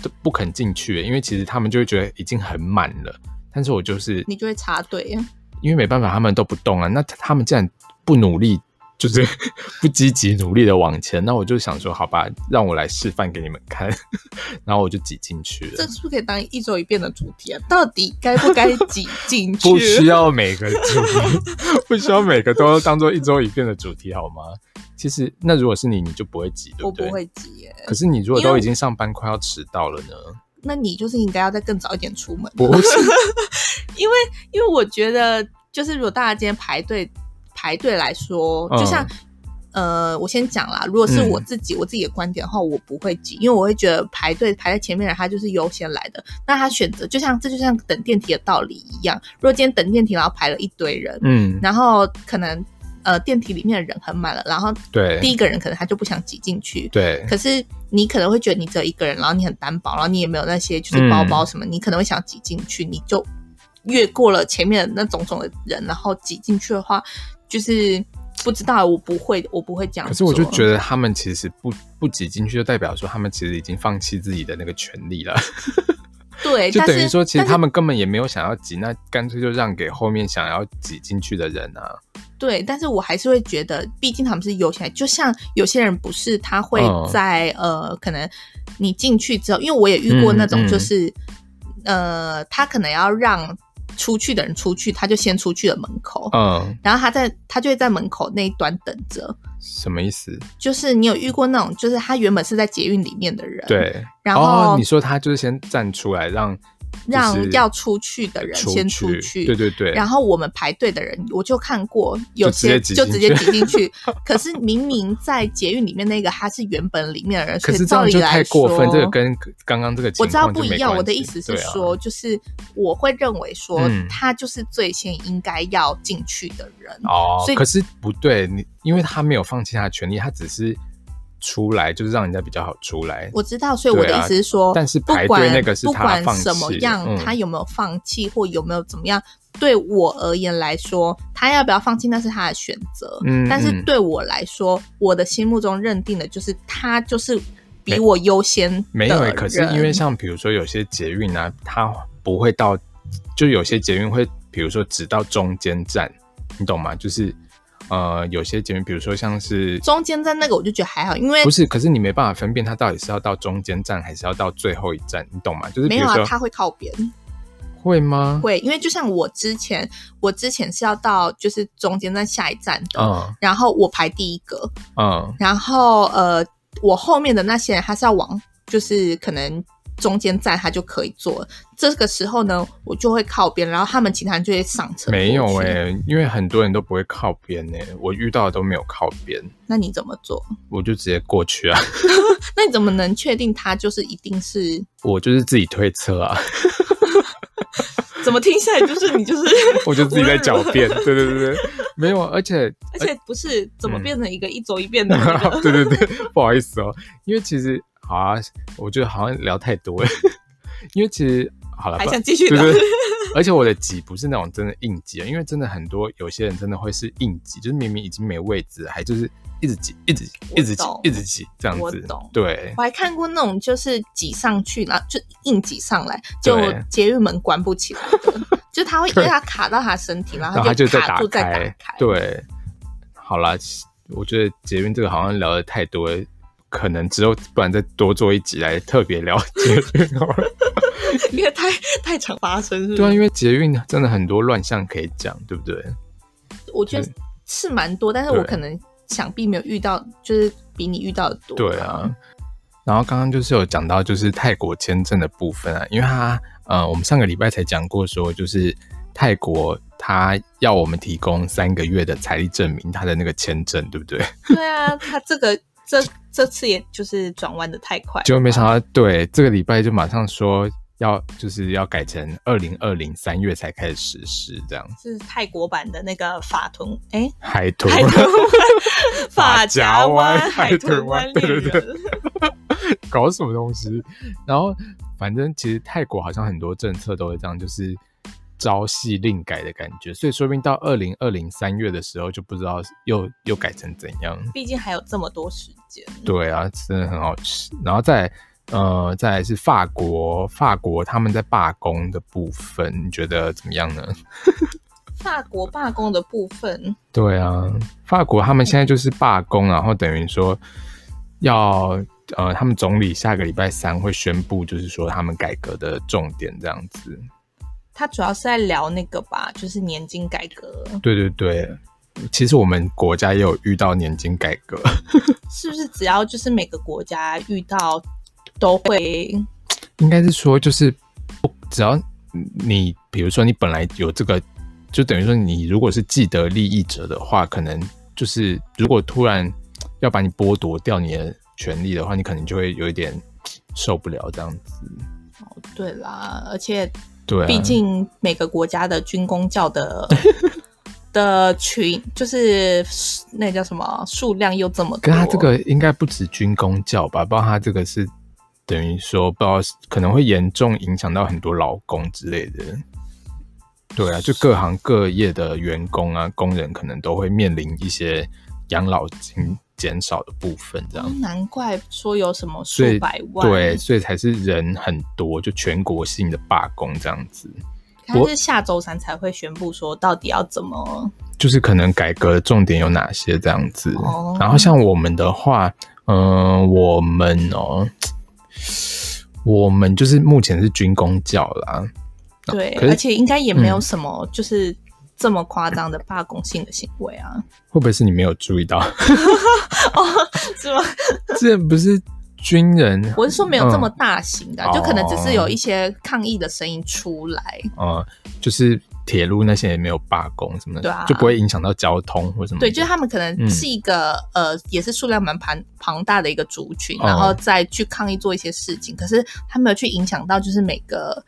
[SPEAKER 1] 都不肯进去、欸因为其实他们就会觉得已经很满了，但是我就是
[SPEAKER 2] 你就会插队。啊
[SPEAKER 1] 因为没办法，他们都不动啊。那他他们既然不努力，就是 不积极努力的往前，那我就想说，好吧，让我来示范给你们看。 然后我就挤进去
[SPEAKER 2] 这
[SPEAKER 1] 了，
[SPEAKER 2] 是不是可以当一周一变的主题啊？到底该不该挤 进去？
[SPEAKER 1] 不需要每个主题， 不需要每个都当做一周一遍的主题好吗？其实，那如果是你，你就不会挤，对
[SPEAKER 2] 我
[SPEAKER 1] 对？
[SPEAKER 2] 不会挤耶。
[SPEAKER 1] 可是你如果
[SPEAKER 2] 因为
[SPEAKER 1] 都已经上班快要迟到了呢？
[SPEAKER 2] 那你就是应该要再更早一点出门。啊
[SPEAKER 1] 不是，
[SPEAKER 2] 因为因为我觉得，就是如果大家今天排队排队来说，
[SPEAKER 1] 嗯
[SPEAKER 2] 就像、呃，我先讲啦，如果是我自己、我自己的观点的话，我不会挤，因为我会觉得排队排在前面的人他就是优先来的，那他选择就像这就像等电梯的道理一样，如果今天等电梯然后排了一堆人，
[SPEAKER 1] 嗯，
[SPEAKER 2] 然后可能呃电梯里面的人很满了，然后第
[SPEAKER 1] 对
[SPEAKER 2] 一个人可能他就不想挤进去，
[SPEAKER 1] 对，
[SPEAKER 2] 可是你可能会觉得你只有一个人，然后你很单薄，然后你也没有那些就是
[SPEAKER 1] 嗯
[SPEAKER 2] 包包什么，你可能会想挤进去，你就越过了前面的那种种的人，然后挤进去的话，就是不知道我不会，我不会这样。
[SPEAKER 1] 可是我就觉
[SPEAKER 2] 得，
[SPEAKER 1] 得他们其实不不挤进去，就代表说他们其实已经放弃自己的那个权利了。
[SPEAKER 2] 对，
[SPEAKER 1] 就
[SPEAKER 2] 但
[SPEAKER 1] 等于
[SPEAKER 2] 是
[SPEAKER 1] 说，其实
[SPEAKER 2] 但是
[SPEAKER 1] 他们根本也没有想要挤，那干脆就让给后面想要挤进去的人啊。
[SPEAKER 2] 对，但是我还是会觉得，毕竟他们是优先，就像有些人不是他会
[SPEAKER 1] 嗯
[SPEAKER 2] 在、呃，可能你进去之后，因为我也遇过那种
[SPEAKER 1] 嗯，嗯
[SPEAKER 2] 就是、呃，他可能要让出去的人出去，他就先出去了门口，
[SPEAKER 1] 嗯，
[SPEAKER 2] 然后他在他就会在门口那一端等着。
[SPEAKER 1] 什么意思？
[SPEAKER 2] 就是你有遇过那种，就是他原本是在捷运里面的人，，
[SPEAKER 1] 对，
[SPEAKER 2] 呃然后
[SPEAKER 1] 哦、你说他就是先站出来让就是
[SPEAKER 2] 让要出去的人先出
[SPEAKER 1] 出
[SPEAKER 2] 去
[SPEAKER 1] 对对对，
[SPEAKER 2] 然后我们排队的人，我就看过有些就
[SPEAKER 1] 就
[SPEAKER 2] 直
[SPEAKER 1] 直
[SPEAKER 2] 接
[SPEAKER 1] 接
[SPEAKER 2] 挤进 去，可是明明在捷运里面那个他是原本里面的人，
[SPEAKER 1] 可是
[SPEAKER 2] 所
[SPEAKER 1] 这
[SPEAKER 2] 以照
[SPEAKER 1] 样
[SPEAKER 2] 理
[SPEAKER 1] 就
[SPEAKER 2] 来
[SPEAKER 1] 太
[SPEAKER 2] 说，
[SPEAKER 1] 过分，这个跟刚刚这个
[SPEAKER 2] 我
[SPEAKER 1] 情
[SPEAKER 2] 知道
[SPEAKER 1] 况
[SPEAKER 2] 不
[SPEAKER 1] 就
[SPEAKER 2] 一
[SPEAKER 1] 没
[SPEAKER 2] 样，
[SPEAKER 1] 关
[SPEAKER 2] 我的
[SPEAKER 1] 系
[SPEAKER 2] 意思是
[SPEAKER 1] 对啊
[SPEAKER 2] 说，就是我会认为说
[SPEAKER 1] 嗯
[SPEAKER 2] 他就是最先应该要进去的人，
[SPEAKER 1] 哦
[SPEAKER 2] 所以，
[SPEAKER 1] 可是不对，你因为他没有放弃他的权利，他只是出来就是让人家比较好出来。
[SPEAKER 2] 我知道，所以我的
[SPEAKER 1] 对
[SPEAKER 2] 意
[SPEAKER 1] 啊
[SPEAKER 2] 思是说，
[SPEAKER 1] 但是
[SPEAKER 2] 不
[SPEAKER 1] 排队
[SPEAKER 2] 管
[SPEAKER 1] 那个是
[SPEAKER 2] 不
[SPEAKER 1] 他
[SPEAKER 2] 管
[SPEAKER 1] 放
[SPEAKER 2] 什么
[SPEAKER 1] 弃的
[SPEAKER 2] 样，
[SPEAKER 1] 嗯
[SPEAKER 2] 他有没有放弃或有没有怎么样，对我而言来说，他要不要放弃那是他的选择。
[SPEAKER 1] 嗯
[SPEAKER 2] 但是
[SPEAKER 1] 嗯
[SPEAKER 2] 对我来说，我的心目中认定的就是他就是比
[SPEAKER 1] 没
[SPEAKER 2] 我优先的人。
[SPEAKER 1] 没有欸、可是因为像比如说有些捷运啊，它不会到，就有些捷运会，比如说只到中间站，你懂吗？就是呃，有些捷运，比如说像是
[SPEAKER 2] 中间站那个我就觉得还好，因为
[SPEAKER 1] 不是，可是你没办法分辨它到底是要到中间站还是要到最后一站，你懂吗？就是比
[SPEAKER 2] 没有
[SPEAKER 1] 如
[SPEAKER 2] 啊
[SPEAKER 1] 说，
[SPEAKER 2] 他会靠边。
[SPEAKER 1] 会吗？
[SPEAKER 2] 会，因为就像我之前，我之前是要到就是中间在下一站的，
[SPEAKER 1] 嗯
[SPEAKER 2] 然后我排第一个，
[SPEAKER 1] 嗯
[SPEAKER 2] 然后呃，我后面的那些人他是要往就是可能中间站他就可以坐了，这个时候呢，我就会靠边，然后他们其他人就会上车。
[SPEAKER 1] 没有哎、
[SPEAKER 2] 哎、
[SPEAKER 1] 因为很多人都不会靠边哎、我遇到的都没有靠边，
[SPEAKER 2] 那你怎么做？
[SPEAKER 1] 我就直接过去啊，
[SPEAKER 2] 那你怎么能确定他就是一定是？
[SPEAKER 1] 我就是自己推测啊，
[SPEAKER 2] 怎么听起来就是你就是，
[SPEAKER 1] 我就自己在狡辩， 对对对对，没有，啊而且
[SPEAKER 2] 而且不是怎么
[SPEAKER 1] 嗯
[SPEAKER 2] 变成一个一走一变的 那个？
[SPEAKER 1] 对对对，不好意思哦，因为其实好啊，我觉得好像聊太多了， 因为其实好了，
[SPEAKER 2] 还
[SPEAKER 1] 不
[SPEAKER 2] 想继续
[SPEAKER 1] 对
[SPEAKER 2] 聊？
[SPEAKER 1] 对，对而且我的挤不是那种真的硬挤，因为真的很多有些人真的会是硬挤，就是明明已经没位置了，还就是一直挤，一直挤，一直挤
[SPEAKER 2] 我懂，
[SPEAKER 1] 一直挤这样
[SPEAKER 2] 我
[SPEAKER 1] 子
[SPEAKER 2] 懂。
[SPEAKER 1] 对，
[SPEAKER 2] 我还看过那种就是挤上去，然后就硬挤上来，就
[SPEAKER 1] 对
[SPEAKER 2] 捷运门关不起来的， 就他会因为他卡到他身体，然
[SPEAKER 1] 然后他
[SPEAKER 2] 就
[SPEAKER 1] 就再
[SPEAKER 2] 卡
[SPEAKER 1] 打
[SPEAKER 2] 住再打
[SPEAKER 1] 开，对，好啦，我觉得捷运这个好像聊的太多了，可能之后不然再多做一集来特别聊捷运好了。
[SPEAKER 2] 因为太太常发生，是不
[SPEAKER 1] 对啊，
[SPEAKER 2] 是？
[SPEAKER 1] 因为捷运真的很多乱象可以讲，对不对？
[SPEAKER 2] 我觉得是蛮多，但是
[SPEAKER 1] 对
[SPEAKER 2] 我可能想必没有遇到，就是比你遇到的多。
[SPEAKER 1] 对啊，，然后刚刚就是有讲到就是泰国签证的部分啊，因为他呃，我们上个礼拜才讲过说，就是泰国他要我们提供三个月的财力证明他的那个签证，对不对？
[SPEAKER 2] 对啊，他这个这这次也就是转弯的太快，
[SPEAKER 1] 结果没想到，对这个礼拜就马上说要就是要改成二零二零三月才开始实施，这样
[SPEAKER 2] 是泰国版的那个法臀，哎、
[SPEAKER 1] 海豚
[SPEAKER 2] 海豚湾、
[SPEAKER 1] 法
[SPEAKER 2] 夹
[SPEAKER 1] 夹湾
[SPEAKER 2] 湾、海
[SPEAKER 1] 海
[SPEAKER 2] 豚
[SPEAKER 1] 豚湾
[SPEAKER 2] 湾
[SPEAKER 1] 对
[SPEAKER 2] 恋
[SPEAKER 1] 对对
[SPEAKER 2] 人。
[SPEAKER 1] 搞什么东西？然后反正其实泰国好像很多政策都会这样，就是朝夕令改的感觉，所以说不定到二零二零三月的时候就不知道又又改成怎样。
[SPEAKER 2] 毕竟还有这么多时间，
[SPEAKER 1] 对啊，真的很好吃。然后再来呃，再来是法国，法国他们在罢工的部分，你觉得怎么样呢？
[SPEAKER 2] 法国罢工的部分，
[SPEAKER 1] 对啊，法国他们现在就是罢工，啊然后等于说要呃，他们总理下个礼拜三会宣布，就是说他们改革的重点这样子。
[SPEAKER 2] 它主要是在聊那个吧，就是年金改革，
[SPEAKER 1] 对对对，其实我们国家也有遇到年金改革，
[SPEAKER 2] 是不是只要就是每个国家遇到都会
[SPEAKER 1] 应该是说就是不只要你比如说你本来有这个，就等于说你如果是既得利益者的话，可能就是如果突然要把你剥夺掉你的权利的话，你可能就会有一点受不了这样子。
[SPEAKER 2] 哦，对啦，而且
[SPEAKER 1] 对、啊，
[SPEAKER 2] 毕竟每个国家的军工 教的的群，就是那叫什么数量又这么多，
[SPEAKER 1] 可是他这个应该不止军工教吧？不知道他这个是等于说，不知道是可能会严重影响到很多劳工之类的。对啊，就各行各业的员工啊、工人可能都会面临一些养老金减少的部分，这样。
[SPEAKER 2] 难怪说有什么嗯数
[SPEAKER 1] 所以
[SPEAKER 2] 百万，
[SPEAKER 1] 对，，所以才是人很多，就全国性的罢工这样子。
[SPEAKER 2] 它是下周三才会宣布说到底要怎
[SPEAKER 1] 啊
[SPEAKER 2] 么
[SPEAKER 1] 就是可能改革重点有哪些这样子。
[SPEAKER 2] 哦
[SPEAKER 1] 然后像我们的话，嗯、我们哦， 我们就是目前是军工教啦，
[SPEAKER 2] 对，
[SPEAKER 1] 可是
[SPEAKER 2] 而且应该也没有
[SPEAKER 1] 嗯
[SPEAKER 2] 什么就是这么夸张的罢工性的行为 啊，哦
[SPEAKER 1] 会不会是你没有注意到？
[SPEAKER 2] 是吗？
[SPEAKER 1] 这不是军人，
[SPEAKER 2] 我是说没有这么大型的，
[SPEAKER 1] 嗯
[SPEAKER 2] 就可能只是有
[SPEAKER 1] 哦
[SPEAKER 2] 一些抗议的声音出来。
[SPEAKER 1] 呃，就是铁路那些也没有罢工什么的，
[SPEAKER 2] 对啊
[SPEAKER 1] 就不会影响到交通或什么的。
[SPEAKER 2] 对，就是他们可能
[SPEAKER 1] 嗯
[SPEAKER 2] 是一个、呃，也是数量蛮庞庞大的一个族群，
[SPEAKER 1] 哦
[SPEAKER 2] 然后再去抗议做一些事情，可是他没有去影响到就是每个。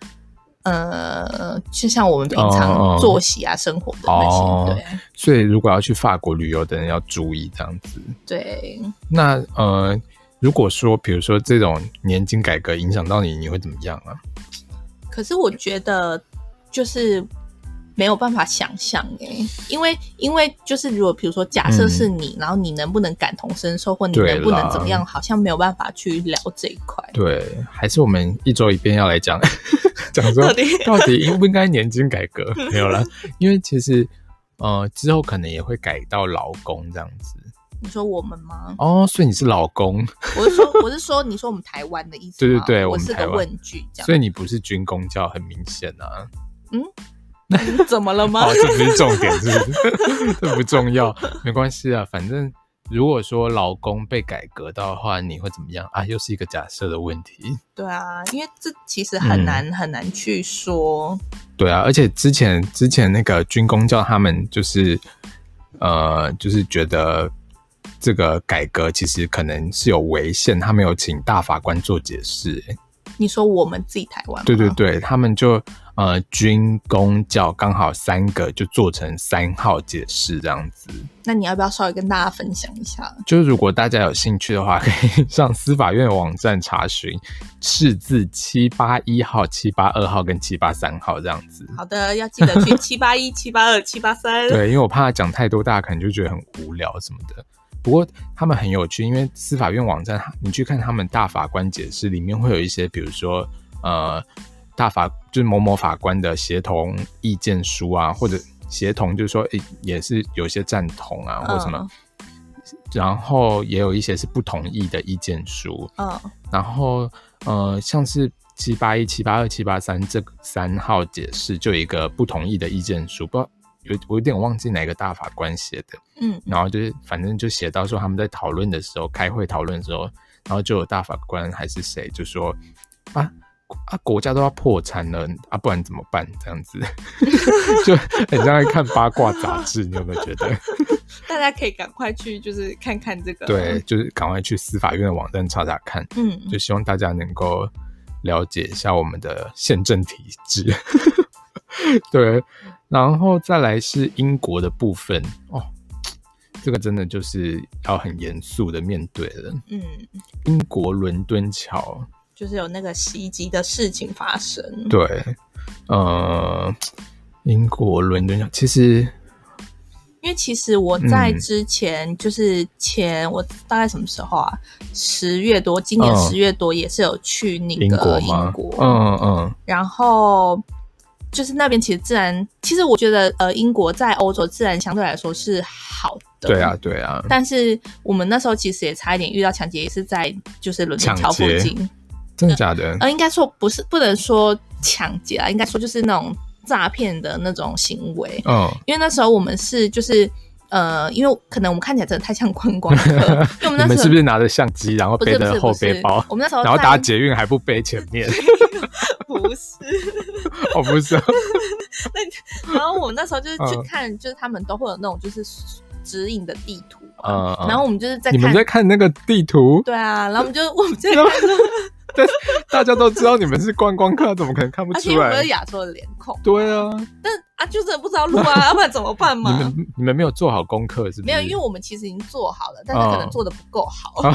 [SPEAKER 2] 呃，就像我们平
[SPEAKER 1] 哦
[SPEAKER 2] 常
[SPEAKER 1] 哦
[SPEAKER 2] 作息啊、生活的那些，
[SPEAKER 1] 哦所以如果要去法国旅游的人要注意这样子。
[SPEAKER 2] 对对，
[SPEAKER 1] 那呃，如果说比如说这种年金改革影响到你，你会怎么样啊？
[SPEAKER 2] 可是我觉得就是没有办法想象哎、因为因为就是如果比如说假设是你，然后你能不能感同身受，或你
[SPEAKER 1] 嗯对
[SPEAKER 2] 能不能
[SPEAKER 1] 啦
[SPEAKER 2] 怎么样，好像没有办法去聊这一块。
[SPEAKER 1] 对，还是我们一周一遍要来 讲讲说
[SPEAKER 2] 到底
[SPEAKER 1] 到底应不应该年金改革？没有啦，因为其实呃之后可能也会改到劳工这样子，
[SPEAKER 2] 你说我们吗？
[SPEAKER 1] 哦，所以你是老公，
[SPEAKER 2] 我是说， 我是说，你说我们台湾的意思
[SPEAKER 1] 对对
[SPEAKER 2] 吗
[SPEAKER 1] 对我
[SPEAKER 2] 我
[SPEAKER 1] 们
[SPEAKER 2] 是
[SPEAKER 1] 台
[SPEAKER 2] 个
[SPEAKER 1] 湾
[SPEAKER 2] 问句，这样。
[SPEAKER 1] 所以你不是军公教，很明显啊。
[SPEAKER 2] 嗯 怎么了吗
[SPEAKER 1] 哦，？这不是重点，是不是？ 这不重要，没关系啊。反正如果说老公被改革到的话，你会怎么样啊？又是一个假设的问题。
[SPEAKER 2] 对啊，因为这其实很
[SPEAKER 1] 嗯
[SPEAKER 2] 难、很难去说。
[SPEAKER 1] 对啊，而且之前之前那个军工教他们就是呃，就是觉得这个改革其实可能是有违宪，他们有请大法官做解释、欸
[SPEAKER 2] 你说我们自己台湾吗，
[SPEAKER 1] 对对对，他们就呃军工教刚好三个就做成三号解释这样子。
[SPEAKER 2] 那你要不要稍微跟大家分享一下？
[SPEAKER 1] 就是如果大家有兴趣的话，可以上司法院网站查询释字七八一号、七八二号跟七八三号这样子。
[SPEAKER 2] 好的，要记得 去七八一、七八二、七八三。
[SPEAKER 1] 对，因为我怕讲太多，大家可能就觉得很无聊什么的。不过他们很有趣，因为司法院网站，你去看他们大法官解释，里面会有一些，比如说呃，大法就是某某法官的协同意见书啊，或者协同就是说，诶也是有一些赞同啊，或什么。
[SPEAKER 2] 嗯
[SPEAKER 1] 然后也有一些是不同意的意见书，
[SPEAKER 2] 嗯，
[SPEAKER 1] 然后呃，像是七八一、七八二、七八三这个三号解释，就有一个不同意的意见书，不知道有我有点忘记哪个大法官写的，
[SPEAKER 2] 嗯，
[SPEAKER 1] 然后就是反正就写到说他们在讨论的时候，开会讨论的时候，然后就有大法官还是谁就说啊。啊，国家都要破产了啊，不然怎么办？这样子， 就很像在看八卦杂志，你有没有觉得？
[SPEAKER 2] 大家可以赶快去，就是看看这个。
[SPEAKER 1] 对，，就是赶快去司法院的网站查查看。
[SPEAKER 2] 嗯，
[SPEAKER 1] 就希望大家能够了解一下我们的宪政体制。 对，然后再来是英国的部分哦，这个真的就是要很严肃的面对了。
[SPEAKER 2] 嗯，
[SPEAKER 1] 英国伦敦桥，
[SPEAKER 2] 就是有那个袭击的事情发生。
[SPEAKER 1] 对，呃，英国伦敦桥其实
[SPEAKER 2] 因为其实我在
[SPEAKER 1] 嗯
[SPEAKER 2] 之前，就是前我大概什么时候啊？十月多，今年
[SPEAKER 1] 嗯
[SPEAKER 2] 十月多也是有去那
[SPEAKER 1] 英
[SPEAKER 2] 个
[SPEAKER 1] 国
[SPEAKER 2] 英
[SPEAKER 1] 吗？
[SPEAKER 2] 国
[SPEAKER 1] 嗯嗯
[SPEAKER 2] 然后就是那边其实自然，其实我觉得呃，英国在欧洲自然相对来说是好的，
[SPEAKER 1] 嗯，对啊。对啊，
[SPEAKER 2] 但是我们那时候其实也差一点遇到抢劫，也是在就是伦敦
[SPEAKER 1] 抢
[SPEAKER 2] 桥附
[SPEAKER 1] 劫
[SPEAKER 2] 近。
[SPEAKER 1] 真的假的？
[SPEAKER 2] 呃，应该说不是不能说抢劫啊，应该说就是那种诈骗的那种行为。
[SPEAKER 1] 嗯，
[SPEAKER 2] 因为那时候我们是就是呃，因为可能我们看起来真的太像观光客，因为我们
[SPEAKER 1] 你
[SPEAKER 2] 那
[SPEAKER 1] 们
[SPEAKER 2] 时候
[SPEAKER 1] 是不是拿着相机，然后
[SPEAKER 2] 不
[SPEAKER 1] 背
[SPEAKER 2] 是不
[SPEAKER 1] 着
[SPEAKER 2] 是
[SPEAKER 1] 后
[SPEAKER 2] 不
[SPEAKER 1] 背
[SPEAKER 2] 是
[SPEAKER 1] 包，
[SPEAKER 2] 我们那时候
[SPEAKER 1] 然后搭
[SPEAKER 2] 在
[SPEAKER 1] 捷运还不背前 面？
[SPEAKER 2] 不是。
[SPEAKER 1] 哦，不是啊，
[SPEAKER 2] 然后我们那时候就是去
[SPEAKER 1] 嗯
[SPEAKER 2] 看，就是他们都会有那种就是指引的地图嘛，
[SPEAKER 1] 嗯，嗯
[SPEAKER 2] 然后我们就是在
[SPEAKER 1] 你
[SPEAKER 2] 看
[SPEAKER 1] 们，在看那个地图，
[SPEAKER 2] 对啊，然后我们就我们在
[SPEAKER 1] 然
[SPEAKER 2] 看，
[SPEAKER 1] 后但是大家都知道你们是观光客，怎么可能看不
[SPEAKER 2] 而且
[SPEAKER 1] 出
[SPEAKER 2] 我们有
[SPEAKER 1] 来？
[SPEAKER 2] 亚洲的脸孔，
[SPEAKER 1] 对啊，
[SPEAKER 2] 但啊就真的不知道路啊，要不然怎么办
[SPEAKER 1] 你
[SPEAKER 2] 嘛？
[SPEAKER 1] 们你嗯们没有做好功课是不是？
[SPEAKER 2] 没有，因为我们其实已经做好了，但是
[SPEAKER 1] 嗯
[SPEAKER 2] 可能做的不够 好。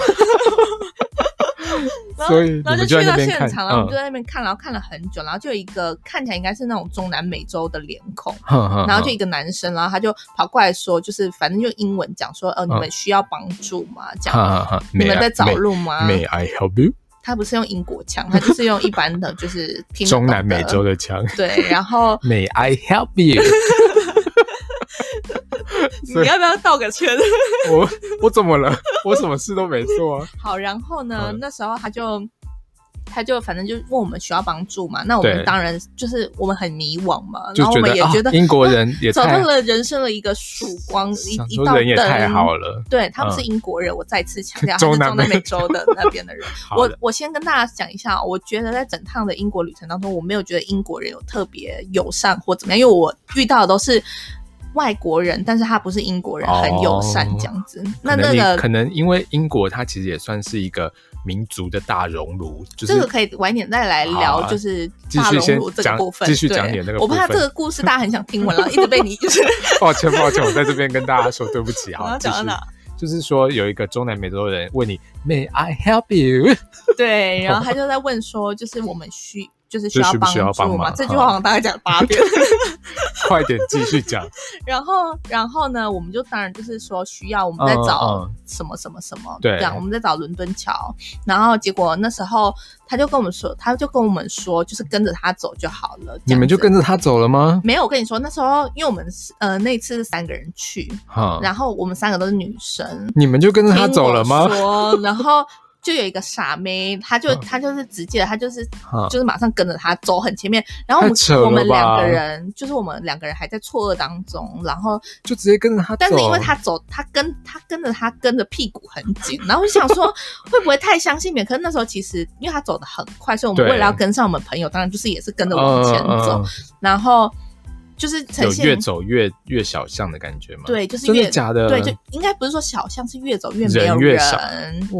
[SPEAKER 2] 然后
[SPEAKER 1] 所以
[SPEAKER 2] 然后
[SPEAKER 1] 你们
[SPEAKER 2] 去
[SPEAKER 1] 就在那
[SPEAKER 2] 到
[SPEAKER 1] 边
[SPEAKER 2] 现
[SPEAKER 1] 看
[SPEAKER 2] 场，然后我
[SPEAKER 1] 嗯
[SPEAKER 2] 们就在那边看，然后看了很久，然后就有一个看起来应该是那种中南美洲的脸孔，
[SPEAKER 1] 哼，哼
[SPEAKER 2] 然后就一个男生，然后他就跑过来说，就是反正就英文讲说，呃，你们需要帮助吗？这样，
[SPEAKER 1] 嗯哈哈啊哈，
[SPEAKER 2] 你
[SPEAKER 1] May
[SPEAKER 2] 们
[SPEAKER 1] I-
[SPEAKER 2] 在找
[SPEAKER 1] May-
[SPEAKER 2] 路啊吗？
[SPEAKER 1] May I help you？
[SPEAKER 2] 他不是用英国腔，他就是用一般的，就是听得懂
[SPEAKER 1] 中
[SPEAKER 2] 的
[SPEAKER 1] 南美洲的墙
[SPEAKER 2] 对。然后
[SPEAKER 1] ，May I help you？
[SPEAKER 2] 你
[SPEAKER 1] 所以
[SPEAKER 2] 要不要道个歉？
[SPEAKER 1] 我我怎么了？我什么事都没做啊。
[SPEAKER 2] 好，然后呢
[SPEAKER 1] 嗯，
[SPEAKER 2] 那时候他就他就反正就问我们需要帮助嘛，那我
[SPEAKER 1] 对
[SPEAKER 2] 们当然就是我们很迷惘嘛，
[SPEAKER 1] 就
[SPEAKER 2] 然后我
[SPEAKER 1] 觉
[SPEAKER 2] 们也
[SPEAKER 1] 得
[SPEAKER 2] 觉得
[SPEAKER 1] 啊英国人也
[SPEAKER 2] 找
[SPEAKER 1] 太
[SPEAKER 2] 到了人生的一个曙光，一
[SPEAKER 1] 想
[SPEAKER 2] 一
[SPEAKER 1] 说
[SPEAKER 2] 道
[SPEAKER 1] 人也太
[SPEAKER 2] 灯
[SPEAKER 1] 好了，
[SPEAKER 2] 对他不是
[SPEAKER 1] 嗯
[SPEAKER 2] 英国人，我再次 强调，他
[SPEAKER 1] 中
[SPEAKER 2] 是
[SPEAKER 1] 南
[SPEAKER 2] 中南
[SPEAKER 1] 美
[SPEAKER 2] 美洲的那边的人。
[SPEAKER 1] 好
[SPEAKER 2] 我
[SPEAKER 1] 的
[SPEAKER 2] 我先跟大家讲一下，哦我觉得在整趟的英国旅程当中，我没有觉得英国人有特别友善或怎么样，因为我遇到的都是外国人，但是他不是英国人，
[SPEAKER 1] 哦
[SPEAKER 2] 很友善这样子。那
[SPEAKER 1] 可能
[SPEAKER 2] 那
[SPEAKER 1] 你
[SPEAKER 2] 个
[SPEAKER 1] 可能因为英国它其实也算是一个民族的大熔炉，就是
[SPEAKER 2] 这个可以晚一点再来
[SPEAKER 1] 好
[SPEAKER 2] 聊，
[SPEAKER 1] 啊
[SPEAKER 2] 就是
[SPEAKER 1] 继
[SPEAKER 2] 大
[SPEAKER 1] 续
[SPEAKER 2] 熔
[SPEAKER 1] 先
[SPEAKER 2] 炉这个
[SPEAKER 1] 讲
[SPEAKER 2] 部分。
[SPEAKER 1] 继续
[SPEAKER 2] 对
[SPEAKER 1] 讲你的那个
[SPEAKER 2] 我怕
[SPEAKER 1] 部分
[SPEAKER 2] 这个故事大家很想听完，然后一直被你 就是
[SPEAKER 1] 抱歉，抱歉，我在这边跟大家说对不 起。
[SPEAKER 2] 我
[SPEAKER 1] 好，
[SPEAKER 2] 要
[SPEAKER 1] 继
[SPEAKER 2] 讲到
[SPEAKER 1] 续
[SPEAKER 2] 哪？
[SPEAKER 1] 就是说有一个中南美洲人问你 “May I help you”，
[SPEAKER 2] 对，然后他就在问说，就是我们需就是需要
[SPEAKER 1] 就需不需要帮
[SPEAKER 2] 助嘛。
[SPEAKER 1] 忙
[SPEAKER 2] 这句话好像大概讲了八 遍。
[SPEAKER 1] 快点继续 讲。
[SPEAKER 2] 然后，然后呢，我们就当然就是说需要，我们在
[SPEAKER 1] 嗯
[SPEAKER 2] 找
[SPEAKER 1] 嗯
[SPEAKER 2] 什么什么什么，
[SPEAKER 1] 对
[SPEAKER 2] 这样我们在找伦敦桥。然后结果那时候他就跟我们说，他就跟我们说，就是跟着他走就好了。这
[SPEAKER 1] 你
[SPEAKER 2] 样
[SPEAKER 1] 们就
[SPEAKER 2] 子
[SPEAKER 1] 跟着他走了吗？
[SPEAKER 2] 没有，我跟你说，那时候因为我们是呃那一次是三个人去，
[SPEAKER 1] 哈，
[SPEAKER 2] 然后我们三个都是女生，
[SPEAKER 1] 你们就跟着他走了吗
[SPEAKER 2] 听？我说，然后就有一个傻妹，她就她就是直接，她就是
[SPEAKER 1] 嗯
[SPEAKER 2] 就是马上跟着她走很前面，然后我
[SPEAKER 1] 太扯了
[SPEAKER 2] 们
[SPEAKER 1] 吧
[SPEAKER 2] 我们两个人就是我们两个人还在错愕当中，然后
[SPEAKER 1] 就直接跟着他走。
[SPEAKER 2] 但是因为她走，她跟她跟着她跟着屁股很紧，然后我就想说会不会太相信别人？可是那时候其实因为她走的很快，所以我们
[SPEAKER 1] 对
[SPEAKER 2] 为了要跟上我们朋友，当然就是也是跟着往前走，
[SPEAKER 1] 嗯嗯
[SPEAKER 2] 然后就是呈
[SPEAKER 1] 有
[SPEAKER 2] 现
[SPEAKER 1] 越走越越小巷的感觉吗？，
[SPEAKER 2] 对，就是
[SPEAKER 1] 真
[SPEAKER 2] 越
[SPEAKER 1] 的假的？
[SPEAKER 2] 对，就应该不是说小巷，是越走越没
[SPEAKER 1] 人
[SPEAKER 2] 有
[SPEAKER 1] 越少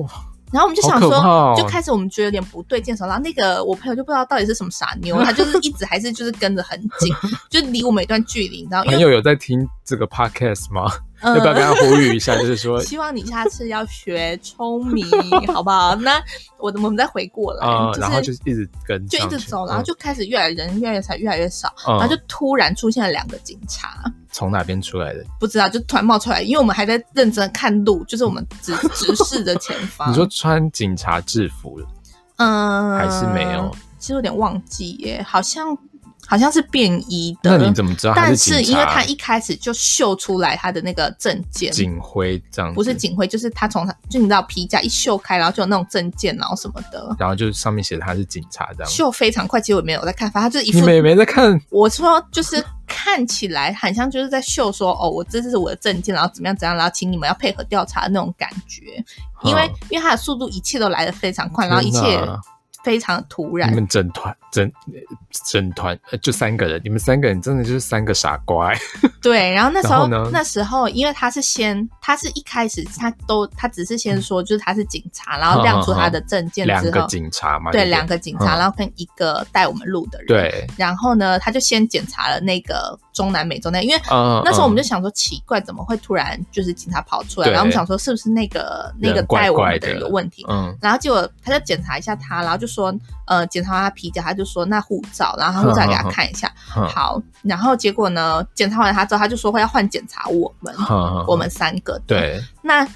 [SPEAKER 1] 哇，
[SPEAKER 2] 然后我们就
[SPEAKER 1] 好
[SPEAKER 2] 想
[SPEAKER 1] 可
[SPEAKER 2] 说，
[SPEAKER 1] 怕哦
[SPEAKER 2] 就开始我们觉得有点不对劲的时候，然后那个我朋友就不知道到底是什么傻妞，她就是一直还是就是跟着很 紧，就离我们一段距离，然后
[SPEAKER 1] 朋
[SPEAKER 2] 因为
[SPEAKER 1] 友有在听这个 podcast 吗？
[SPEAKER 2] 嗯
[SPEAKER 1] 要不要跟他呼吁一下？就是说，
[SPEAKER 2] 希望你下次要学聪明，好不好？那我我们再回过来，
[SPEAKER 1] 嗯，然后
[SPEAKER 2] 就
[SPEAKER 1] 就是一直跟
[SPEAKER 2] 就
[SPEAKER 1] 上
[SPEAKER 2] 一
[SPEAKER 1] 去，
[SPEAKER 2] 直走，然后
[SPEAKER 1] 嗯
[SPEAKER 2] 就开始越来人越来越少，越来越少，
[SPEAKER 1] 嗯
[SPEAKER 2] 然后就突然出现了两个警察，
[SPEAKER 1] 从哪边出来的？
[SPEAKER 2] 不知道就突然冒出来，因为我们还在认真看路，就是我们直直视着前方。
[SPEAKER 1] 你说穿警察制服
[SPEAKER 2] 嗯，
[SPEAKER 1] 还是没有？
[SPEAKER 2] 其实有点忘记耶，好像好像是便衣的。
[SPEAKER 1] 那你怎么知道他
[SPEAKER 2] 但
[SPEAKER 1] 警
[SPEAKER 2] 是因为
[SPEAKER 1] 察
[SPEAKER 2] 他？一开始就秀出来他的那个证件，
[SPEAKER 1] 警徽这样子
[SPEAKER 2] 不是，警徽，就是他从他就你知道皮夹一秀开，然后就有那种证件，然后什么的，
[SPEAKER 1] 然后就上面写他是警察这样。
[SPEAKER 2] 秀非常快。其实我也没有在看，反正他就是一
[SPEAKER 1] 你
[SPEAKER 2] 副
[SPEAKER 1] 们也没在看，
[SPEAKER 2] 我说就是看起来很像就是在秀说哦，我这是我的证件，然后怎么样怎样，然后请你们要配合调查的那种感觉，因为、
[SPEAKER 1] 嗯
[SPEAKER 2] 因为他的速度一切都来得非常快，然后一
[SPEAKER 1] 天
[SPEAKER 2] 切
[SPEAKER 1] 哪
[SPEAKER 2] 非常突然
[SPEAKER 1] 你，们整团整整团呃就三个人，你们三个人真的就是三个傻瓜、欸。
[SPEAKER 2] 对，然后那时
[SPEAKER 1] 然
[SPEAKER 2] 候
[SPEAKER 1] 后呢
[SPEAKER 2] 那时候，因为他是先，他是一开始他都他只是先说，就是他是警察，然后亮出他的证件
[SPEAKER 1] 两
[SPEAKER 2] 之
[SPEAKER 1] 个
[SPEAKER 2] 后，
[SPEAKER 1] 警察嘛，
[SPEAKER 2] 对，
[SPEAKER 1] 不
[SPEAKER 2] 两个警察，
[SPEAKER 1] 嗯
[SPEAKER 2] 然后跟一个带我们路的人，。
[SPEAKER 1] 对，
[SPEAKER 2] 然后呢，他就先检查了那个中南美洲那，因为
[SPEAKER 1] 嗯，
[SPEAKER 2] 那时候我们就
[SPEAKER 1] 就
[SPEAKER 2] 想说奇怪，怎么会突然就是警察跑出来？
[SPEAKER 1] 对
[SPEAKER 2] 然后我们想说是不是那个那个
[SPEAKER 1] 人怪
[SPEAKER 2] 带我
[SPEAKER 1] 怪
[SPEAKER 2] 们的人
[SPEAKER 1] 的
[SPEAKER 2] 有问题？
[SPEAKER 1] 嗯
[SPEAKER 2] 然后结果他就检查一下他，然后就说，呃，检查完他皮夹，他就说那护照，然后他
[SPEAKER 1] 嗯
[SPEAKER 2] 护照给他看一下，
[SPEAKER 1] 哼
[SPEAKER 2] 好，然后结果呢，检查完他之后，他就说会要换检查我们，
[SPEAKER 1] 哼
[SPEAKER 2] 我们三个。，
[SPEAKER 1] 对
[SPEAKER 2] 那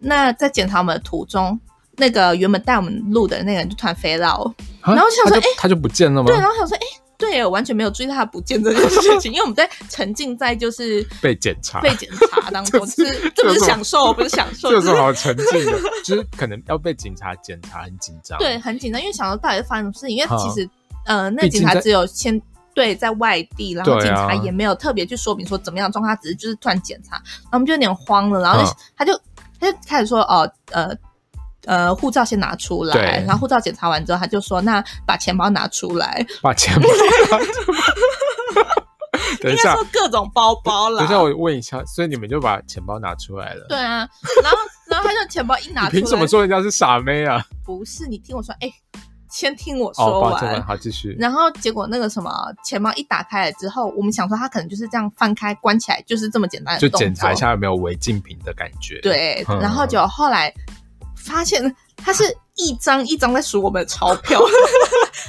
[SPEAKER 2] 那在检查我们的途中，那个原本带我们路的那个人就突然飞到，
[SPEAKER 1] 啊
[SPEAKER 2] 然后我想说
[SPEAKER 1] 他就他就不见了吗
[SPEAKER 2] 对，？然后想说，哎、对耶，我完全没有注意到他不见这件 事情，因为我们在沉浸在就是
[SPEAKER 1] 被检查，
[SPEAKER 2] 被检查当中，
[SPEAKER 1] 这
[SPEAKER 2] 就是是这不
[SPEAKER 1] 这有什
[SPEAKER 2] 是
[SPEAKER 1] 么
[SPEAKER 2] 享受，不是享受，
[SPEAKER 1] 这有
[SPEAKER 2] 就
[SPEAKER 1] 什么
[SPEAKER 2] 是
[SPEAKER 1] 好沉浸的？ 就是可能要被警察检查，很紧张。
[SPEAKER 2] 对，很紧张，因为想到到底是发生什么事情，因为其
[SPEAKER 1] 好
[SPEAKER 2] 实呃，那
[SPEAKER 1] 毕
[SPEAKER 2] 警
[SPEAKER 1] 竟
[SPEAKER 2] 察
[SPEAKER 1] 在
[SPEAKER 2] 只有先。对，在外地，然后
[SPEAKER 1] 对
[SPEAKER 2] 警察
[SPEAKER 1] 啊
[SPEAKER 2] 也没有特别去说明说怎么样的状况，他只是就是突然检查，然后我们就有点慌了，然后就、
[SPEAKER 1] 嗯
[SPEAKER 2] 他就他就开始说哦，呃呃，护照先拿出
[SPEAKER 1] 对
[SPEAKER 2] 来，然后护照检查完之后，他就说那把钱包拿出来，
[SPEAKER 1] 把钱包拿出 来。等
[SPEAKER 2] 应
[SPEAKER 1] 一
[SPEAKER 2] 该
[SPEAKER 1] 下
[SPEAKER 2] 说，各种包包啦，
[SPEAKER 1] 等一下，我问一下，所以你们就把钱包拿出来了？
[SPEAKER 2] 对，啊，然后然后他就钱包一拿
[SPEAKER 1] 你
[SPEAKER 2] 出来，
[SPEAKER 1] 凭什么说人家是傻妹啊？
[SPEAKER 2] 不是？你听我说，哎、先听我
[SPEAKER 1] 哦，
[SPEAKER 2] 说
[SPEAKER 1] 抱歉，
[SPEAKER 2] 完，
[SPEAKER 1] 好，继续。
[SPEAKER 2] 然后结果那个什么钱包一打开了之后，我们想说他可能就是这样翻开关起来，就是这么简单的
[SPEAKER 1] 就
[SPEAKER 2] 动作
[SPEAKER 1] 检查一。下有没有违禁品的感觉。，
[SPEAKER 2] 对，
[SPEAKER 1] 嗯
[SPEAKER 2] 然后就后来发现他是一张一张在数我们的钞票，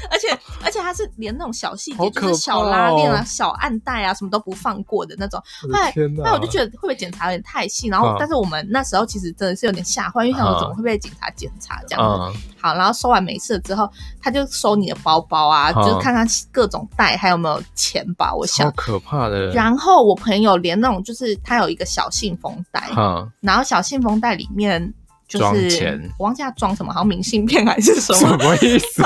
[SPEAKER 2] 而且而且他是连那种小细节，
[SPEAKER 1] 好
[SPEAKER 2] 就
[SPEAKER 1] 可怕
[SPEAKER 2] 是
[SPEAKER 1] 哦
[SPEAKER 2] 小拉链啊、小暗带啊，什么都不放过的那种。
[SPEAKER 1] 我
[SPEAKER 2] 后来
[SPEAKER 1] 的天哪！
[SPEAKER 2] 那我就觉得会不会检查有点太细？然后
[SPEAKER 1] 啊嗯
[SPEAKER 2] 但是我们那时候其实真的是有点吓坏，因为想说
[SPEAKER 1] 嗯
[SPEAKER 2] 怎么会被警察检查这样子。
[SPEAKER 1] 嗯，
[SPEAKER 2] 好，然后收完没事了之后，他就收你的包包啊，
[SPEAKER 1] 好
[SPEAKER 2] 就是看看各种袋还有没有钱吧，我
[SPEAKER 1] 超
[SPEAKER 2] 想。
[SPEAKER 1] 可怕的。
[SPEAKER 2] 然后我朋友连那种就是他有一个小信封袋，
[SPEAKER 1] 哈，
[SPEAKER 2] 然后小信封袋里面就
[SPEAKER 1] 装
[SPEAKER 2] 是
[SPEAKER 1] 钱
[SPEAKER 2] 我忘记他装什么，好像明信片 还是什
[SPEAKER 1] 什
[SPEAKER 2] 么。
[SPEAKER 1] 么意 思？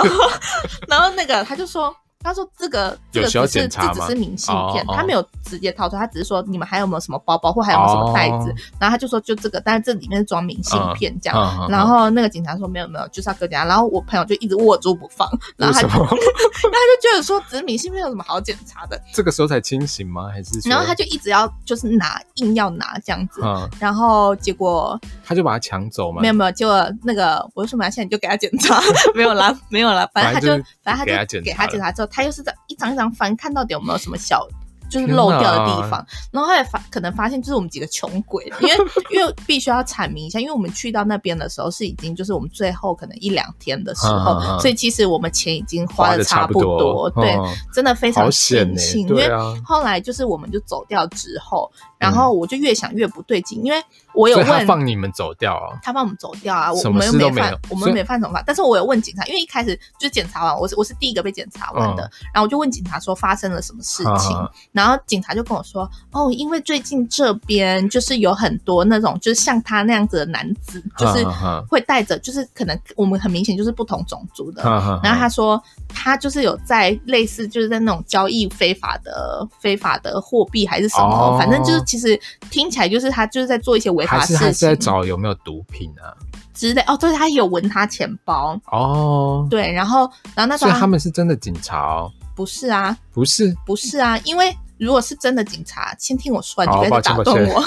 [SPEAKER 2] 然后那个他就说。他说：“这个这个
[SPEAKER 1] 有需要
[SPEAKER 2] 只是
[SPEAKER 1] 检查
[SPEAKER 2] 这
[SPEAKER 1] 吗
[SPEAKER 2] 只是明信片，
[SPEAKER 1] 哦哦
[SPEAKER 2] 他没有直接掏出来，他只是说你们还有没有什么包包或还有没有什么袋
[SPEAKER 1] 哦
[SPEAKER 2] 子。然后他就说就这个，但是这里面是装明信
[SPEAKER 1] 嗯
[SPEAKER 2] 片这样。
[SPEAKER 1] 样
[SPEAKER 2] 然后那个警察说没有没有，就是要跟人家。然后我朋友就一直握住不放，然
[SPEAKER 1] 为
[SPEAKER 2] 后他
[SPEAKER 1] 什
[SPEAKER 2] 就然后
[SPEAKER 1] 么？
[SPEAKER 2] 他就觉得说，只是明信片有什么好检查的？
[SPEAKER 1] 这个时候才清醒吗？还是说？啊
[SPEAKER 2] 然后他就一直要就是拿，硬要拿这样子。
[SPEAKER 1] 嗯，
[SPEAKER 2] 然后结果
[SPEAKER 1] 他就把它抢走嘛
[SPEAKER 2] 没。有没有，结果那个我就说没关系，你就给他检 查，没有啦没有啦，反正他就
[SPEAKER 1] 反正就是
[SPEAKER 2] 反正他
[SPEAKER 1] 给他
[SPEAKER 2] 就
[SPEAKER 1] 检查
[SPEAKER 2] 给他检查之后，他又是在一张一张翻，看到底有没有什么小。就是漏掉的地方。然后后来发可能发现就是我们几个穷鬼，因为 因为必须要阐明一下，因为我们去到那边的时候是已经就是我们最后可能一两天的时候，
[SPEAKER 1] 嗯嗯嗯
[SPEAKER 2] 所以其实我们钱已经花
[SPEAKER 1] 花
[SPEAKER 2] 的
[SPEAKER 1] 得
[SPEAKER 2] 差
[SPEAKER 1] 差
[SPEAKER 2] 不
[SPEAKER 1] 不多
[SPEAKER 2] 多，对，
[SPEAKER 1] 嗯
[SPEAKER 2] 真的非常
[SPEAKER 1] 好险
[SPEAKER 2] 庆
[SPEAKER 1] 欸
[SPEAKER 2] 幸，因
[SPEAKER 1] 对
[SPEAKER 2] 为
[SPEAKER 1] 啊嗯
[SPEAKER 2] 后来就是我们就走掉之后，然后我就越想越不对劲，因为我有
[SPEAKER 1] 所以他
[SPEAKER 2] 问
[SPEAKER 1] 放你们走掉哦，
[SPEAKER 2] 他帮我们走掉啊，我我
[SPEAKER 1] 什么
[SPEAKER 2] 们又
[SPEAKER 1] 事都
[SPEAKER 2] 没
[SPEAKER 1] 没
[SPEAKER 2] 犯
[SPEAKER 1] 有，
[SPEAKER 2] 我们
[SPEAKER 1] 所以
[SPEAKER 2] 没犯什么法，但是我有问警察，因为一开始就检查完，我是我是第一个被检查完的，
[SPEAKER 1] 嗯
[SPEAKER 2] 然后我就问警察说发生了什么事情，
[SPEAKER 1] 啊
[SPEAKER 2] 然后警察就跟我说，哦，因为最近这边就是有很多那种就是像他那样子的男子，就是
[SPEAKER 1] 啊啊
[SPEAKER 2] 会带着，就是可能我们很明显就是不同种族的，
[SPEAKER 1] 哈哈
[SPEAKER 2] 呃然后他
[SPEAKER 1] 哈
[SPEAKER 2] 说，他就是有在类似就是在那种交易非法的非法的货币还是什么，
[SPEAKER 1] 哦
[SPEAKER 2] 反正就是其实听起来就是他就是在做一些违法
[SPEAKER 1] 还
[SPEAKER 2] 的
[SPEAKER 1] 是他
[SPEAKER 2] 事
[SPEAKER 1] 是在
[SPEAKER 2] 情
[SPEAKER 1] 找有没有毒品啊？
[SPEAKER 2] 之类。哦，对，他有闻他钱包，
[SPEAKER 1] 哦，
[SPEAKER 2] 对，啊然后然后那时
[SPEAKER 1] 所
[SPEAKER 2] 候
[SPEAKER 1] 以他们是真的警察哦，
[SPEAKER 2] 不是啊，
[SPEAKER 1] 不是？
[SPEAKER 2] 不是啊，因为如果是真的警察，先听我说，你
[SPEAKER 1] 好
[SPEAKER 2] 不要
[SPEAKER 1] 抱
[SPEAKER 2] 再
[SPEAKER 1] 歉抱
[SPEAKER 2] 打断
[SPEAKER 1] 歉嗯
[SPEAKER 2] 我。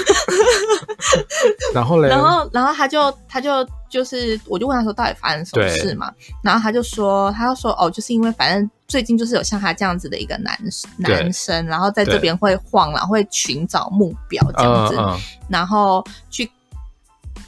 [SPEAKER 1] 然后嘞，
[SPEAKER 2] 然后，然后他就他就就是，我就问他说到底发生什么
[SPEAKER 1] 对
[SPEAKER 2] 事嘛？然后他就说，他就说哦，就是因为反正最近就是有像他这样子的一个男
[SPEAKER 1] 对
[SPEAKER 2] 男生，然后在这边会晃，然后会寻找目标这样
[SPEAKER 1] 嗯
[SPEAKER 2] 子，
[SPEAKER 1] 嗯，
[SPEAKER 2] 然后去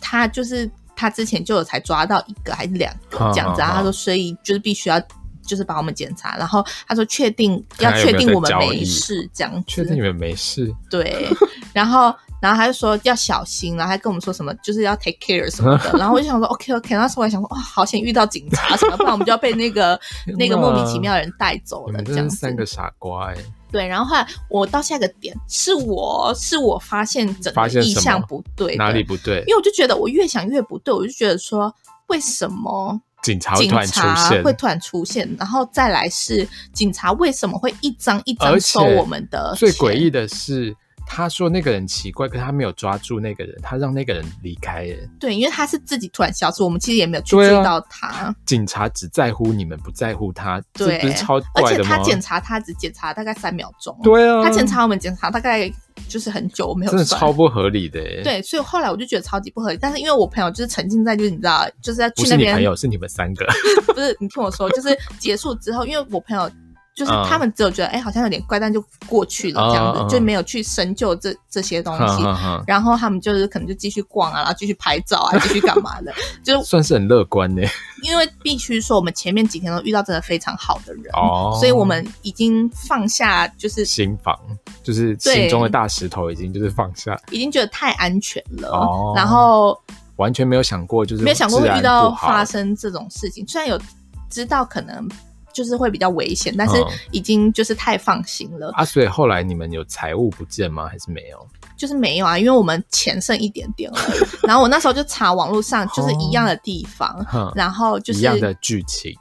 [SPEAKER 2] 他就是他之前就有才抓到一个还是两个
[SPEAKER 1] 嗯
[SPEAKER 2] 这样子，
[SPEAKER 1] 嗯
[SPEAKER 2] 然后他
[SPEAKER 1] 嗯
[SPEAKER 2] 说所以就是必须要。就是把我们检查，然后他说确定要
[SPEAKER 1] 看有没
[SPEAKER 2] 确
[SPEAKER 1] 有
[SPEAKER 2] 定
[SPEAKER 1] 在
[SPEAKER 2] 我们
[SPEAKER 1] 交
[SPEAKER 2] 没
[SPEAKER 1] 易
[SPEAKER 2] 事这样子，
[SPEAKER 1] 确定你们没事？
[SPEAKER 2] 对，然后然后他就说要小心，然后还跟我们说什么就是要 take care 什么 的，然后我就想说 OK OK，那时候我还想说哇，好险遇到警察什么，不然我们就要被那 个那个莫名其妙的人带走
[SPEAKER 1] 你
[SPEAKER 2] 了
[SPEAKER 1] 们
[SPEAKER 2] 这
[SPEAKER 1] 真
[SPEAKER 2] 样
[SPEAKER 1] 是
[SPEAKER 2] 子
[SPEAKER 1] 三。个傻瓜哎！
[SPEAKER 2] 对，然后后来我到下一个点是我是我发现整个
[SPEAKER 1] 发现
[SPEAKER 2] 意
[SPEAKER 1] 什么
[SPEAKER 2] 向不对的
[SPEAKER 1] 哪里？不对
[SPEAKER 2] 因？为我就觉得我越想越不对，我就觉得说为什么
[SPEAKER 1] 警察会
[SPEAKER 2] 警
[SPEAKER 1] 突然出
[SPEAKER 2] 察
[SPEAKER 1] 现，
[SPEAKER 2] 会突然出现，然后再来是警察为什么会一张一张
[SPEAKER 1] 而
[SPEAKER 2] 收
[SPEAKER 1] 且
[SPEAKER 2] 我们的
[SPEAKER 1] 最
[SPEAKER 2] 钱
[SPEAKER 1] 诡异的是，他说那个人奇怪，可是他没有抓住那个人，他让那个人离开耶。
[SPEAKER 2] 对，因为他是自己突然消失，我们其实也没有去注
[SPEAKER 1] 对啊
[SPEAKER 2] 意到他，
[SPEAKER 1] 警察只在乎你们，不在乎他，这
[SPEAKER 2] 对
[SPEAKER 1] 不是超
[SPEAKER 2] 而
[SPEAKER 1] 怪
[SPEAKER 2] 且
[SPEAKER 1] 的
[SPEAKER 2] 他
[SPEAKER 1] 吗？
[SPEAKER 2] 检查他只检查大概三秒钟，、
[SPEAKER 1] 对啊，
[SPEAKER 2] 他检查我们检查大概就是很久，我没有
[SPEAKER 1] 真的
[SPEAKER 2] 算
[SPEAKER 1] 超不合理的欸耶。，
[SPEAKER 2] 对，所以后来我就觉得超级不合理。但是因为我朋友就是沉浸在就是你知道，就是在去
[SPEAKER 1] 不
[SPEAKER 2] 那
[SPEAKER 1] 是你
[SPEAKER 2] 边
[SPEAKER 1] 朋友，是你们三个。
[SPEAKER 2] 不是你听我说，就是结束之后，因为我朋友。就是
[SPEAKER 1] 嗯
[SPEAKER 2] 他们只有觉得，哎、好像有点怪，但就过去了这样
[SPEAKER 1] 嗯
[SPEAKER 2] 子，
[SPEAKER 1] 嗯嗯嗯
[SPEAKER 2] 就没有去深究这这些东西。
[SPEAKER 1] 哈哈
[SPEAKER 2] 然后他们就是可能就继续逛啊，然后继续拍照啊，继续干嘛的，就是
[SPEAKER 1] 算是很乐观欸
[SPEAKER 2] 嗯
[SPEAKER 1] 呢。
[SPEAKER 2] 因为必须说，我们前面几天都遇到真的非常好的人，
[SPEAKER 1] 哦
[SPEAKER 2] 所以我们已经放下，就是
[SPEAKER 1] 心房就是心中的大石头，已经就是放下，
[SPEAKER 2] 已经觉得太安全了。
[SPEAKER 1] 哦
[SPEAKER 2] 然后
[SPEAKER 1] 完全没有想过，就是
[SPEAKER 2] 没有想过
[SPEAKER 1] 治
[SPEAKER 2] 会
[SPEAKER 1] 安
[SPEAKER 2] 遇到
[SPEAKER 1] 不好
[SPEAKER 2] 发生这种事情，虽然有知道可能就是会比较危险，但是
[SPEAKER 1] 嗯
[SPEAKER 2] 已经就是太放心了，
[SPEAKER 1] 啊。所以后来你们有财务不见吗？还是没有？
[SPEAKER 2] 就是没有啊，因为我们钱剩一点点而已。然后我那时候就查网络上就是一样的地 方。
[SPEAKER 1] 哼，
[SPEAKER 2] 然后
[SPEAKER 1] 嗯
[SPEAKER 2] 就
[SPEAKER 1] 一样
[SPEAKER 2] 是
[SPEAKER 1] 的剧情，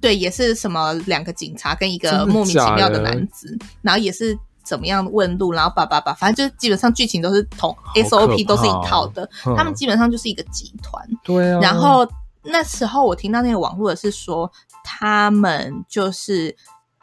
[SPEAKER 2] 对，也是什么两个警察跟一
[SPEAKER 1] 真
[SPEAKER 2] 个
[SPEAKER 1] 的
[SPEAKER 2] 莫名其
[SPEAKER 1] 假
[SPEAKER 2] 妙的
[SPEAKER 1] 的
[SPEAKER 2] 男子，然后也是怎么样问路，然后叭叭叭，反正就是基本上剧情都是同
[SPEAKER 1] 可
[SPEAKER 2] SOP 都是
[SPEAKER 1] 怕哦
[SPEAKER 2] 一套的，
[SPEAKER 1] 哼
[SPEAKER 2] 他们基本上就是一个集团。
[SPEAKER 1] 对啊，
[SPEAKER 2] 然后那时候我听到那个网络的是说，他们就是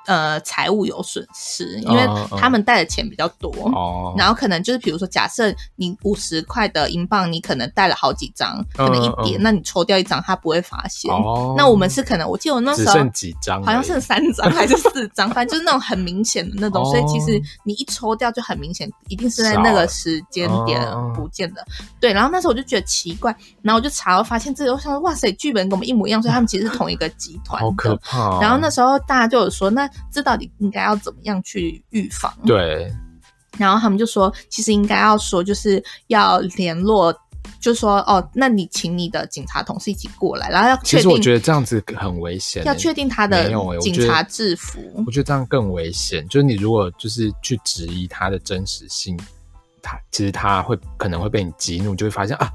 [SPEAKER 2] 呃财务有损失，因为
[SPEAKER 1] 哦哦
[SPEAKER 2] 他们带的钱比较多。
[SPEAKER 1] 哦，
[SPEAKER 2] 然后可能就是，比如说，假设你五十块的英镑，你可能带了好几张，可能
[SPEAKER 1] 嗯嗯
[SPEAKER 2] 一叠，
[SPEAKER 1] 嗯
[SPEAKER 2] 那你抽掉一张，他不会发现。
[SPEAKER 1] 哦，
[SPEAKER 2] 那我们是可能，我记得我那
[SPEAKER 1] 只
[SPEAKER 2] 时候
[SPEAKER 1] 剩几张而已，欸
[SPEAKER 2] 好像剩三张还是四张，反正就是那种很明显的那种，
[SPEAKER 1] 哦
[SPEAKER 2] 所以其实你一抽掉就很明显，一定是在那个时间点
[SPEAKER 1] 少了哦
[SPEAKER 2] 不见的。对，然后那时候我就觉得奇怪，然后我就查到发现这个，我想说哇塞，剧本跟我们一模一样，所以他们其实是同一个集团
[SPEAKER 1] 好可
[SPEAKER 2] 的。
[SPEAKER 1] 怕哦。
[SPEAKER 2] 然后那时候大家就有说，那这到底应该要怎么样去预防？
[SPEAKER 1] 对
[SPEAKER 2] 然后他们就说，其实应该要说，就是要联络，就说哦，那你请你的警察同事一起过来，然后要
[SPEAKER 1] 其
[SPEAKER 2] 确
[SPEAKER 1] 实我
[SPEAKER 2] 定
[SPEAKER 1] 觉得这样子很危险欸，
[SPEAKER 2] 要确定他的
[SPEAKER 1] 没有欸我
[SPEAKER 2] 警
[SPEAKER 1] 觉得
[SPEAKER 2] 察制服
[SPEAKER 1] 我。觉得这样更危险。就是你如果就是去质疑他的真实性，他其实他会可能会被你激怒，就会发现啊，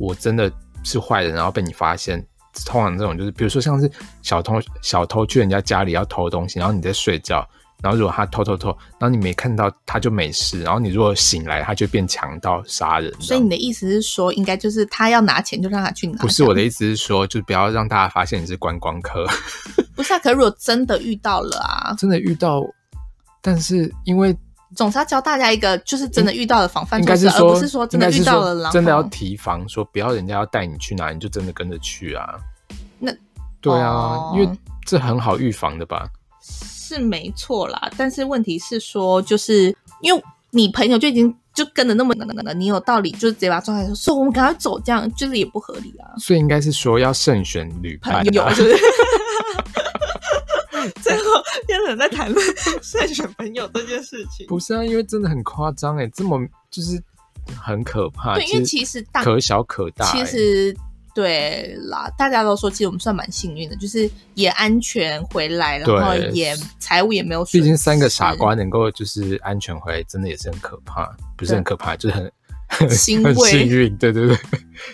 [SPEAKER 1] 我真的是坏人，然后被你发现。通常这种就是，比如说像是小偷小偷去人家家里要偷东西，然后你在睡觉，然后如果他偷偷偷，然后你没看到他就没事，然后你如果醒来，他就变强盗杀人这样。
[SPEAKER 2] 所以你的意思是说，应该就是他要拿钱就让他去拿？
[SPEAKER 1] 不是我的，意思是说，就不要让大家发现你是观光客。
[SPEAKER 2] 不是啊。可是如果真的遇到了啊，
[SPEAKER 1] 真的遇到，但是因为
[SPEAKER 2] 总是要教大家一个就是真的遇到的防范
[SPEAKER 1] 应
[SPEAKER 2] 措
[SPEAKER 1] 该
[SPEAKER 2] 施，
[SPEAKER 1] 是
[SPEAKER 2] 而
[SPEAKER 1] 说，
[SPEAKER 2] 不是说真
[SPEAKER 1] 应
[SPEAKER 2] 的
[SPEAKER 1] 该
[SPEAKER 2] 遇
[SPEAKER 1] 是
[SPEAKER 2] 到了，然
[SPEAKER 1] 说
[SPEAKER 2] 后
[SPEAKER 1] 真的要提防，说不要人家要带你去哪，你就真的跟着去啊。
[SPEAKER 2] 那
[SPEAKER 1] 对啊，
[SPEAKER 2] 哦
[SPEAKER 1] 因为这很好预防的吧？
[SPEAKER 2] 是没错啦。但是问题是说，就是因为你朋友就已经就跟的那么了，你有道理就直接把他抓起来说，说我们赶快走，这样就是也不合理啊。
[SPEAKER 1] 所以应该是说要慎选旅
[SPEAKER 2] 朋
[SPEAKER 1] 伴、啊，
[SPEAKER 2] 友是不是？ 最后变成在谈论 慎选朋友这件事情。
[SPEAKER 1] 不是啊，因为真的很夸张哎，这么就是很可怕。
[SPEAKER 2] 对，因为其实大
[SPEAKER 1] 可小可大、欸，
[SPEAKER 2] 其实对啦，大家都说，其实我们算蛮幸运的，就是也安全回来，然后
[SPEAKER 1] 对
[SPEAKER 2] 也财务也没有损失。
[SPEAKER 1] 毕竟三个傻瓜能够就是安全回来，真的也是很可怕，不是很可怕，就是很
[SPEAKER 2] 欣
[SPEAKER 1] 很
[SPEAKER 2] 慰
[SPEAKER 1] 幸运。对对对，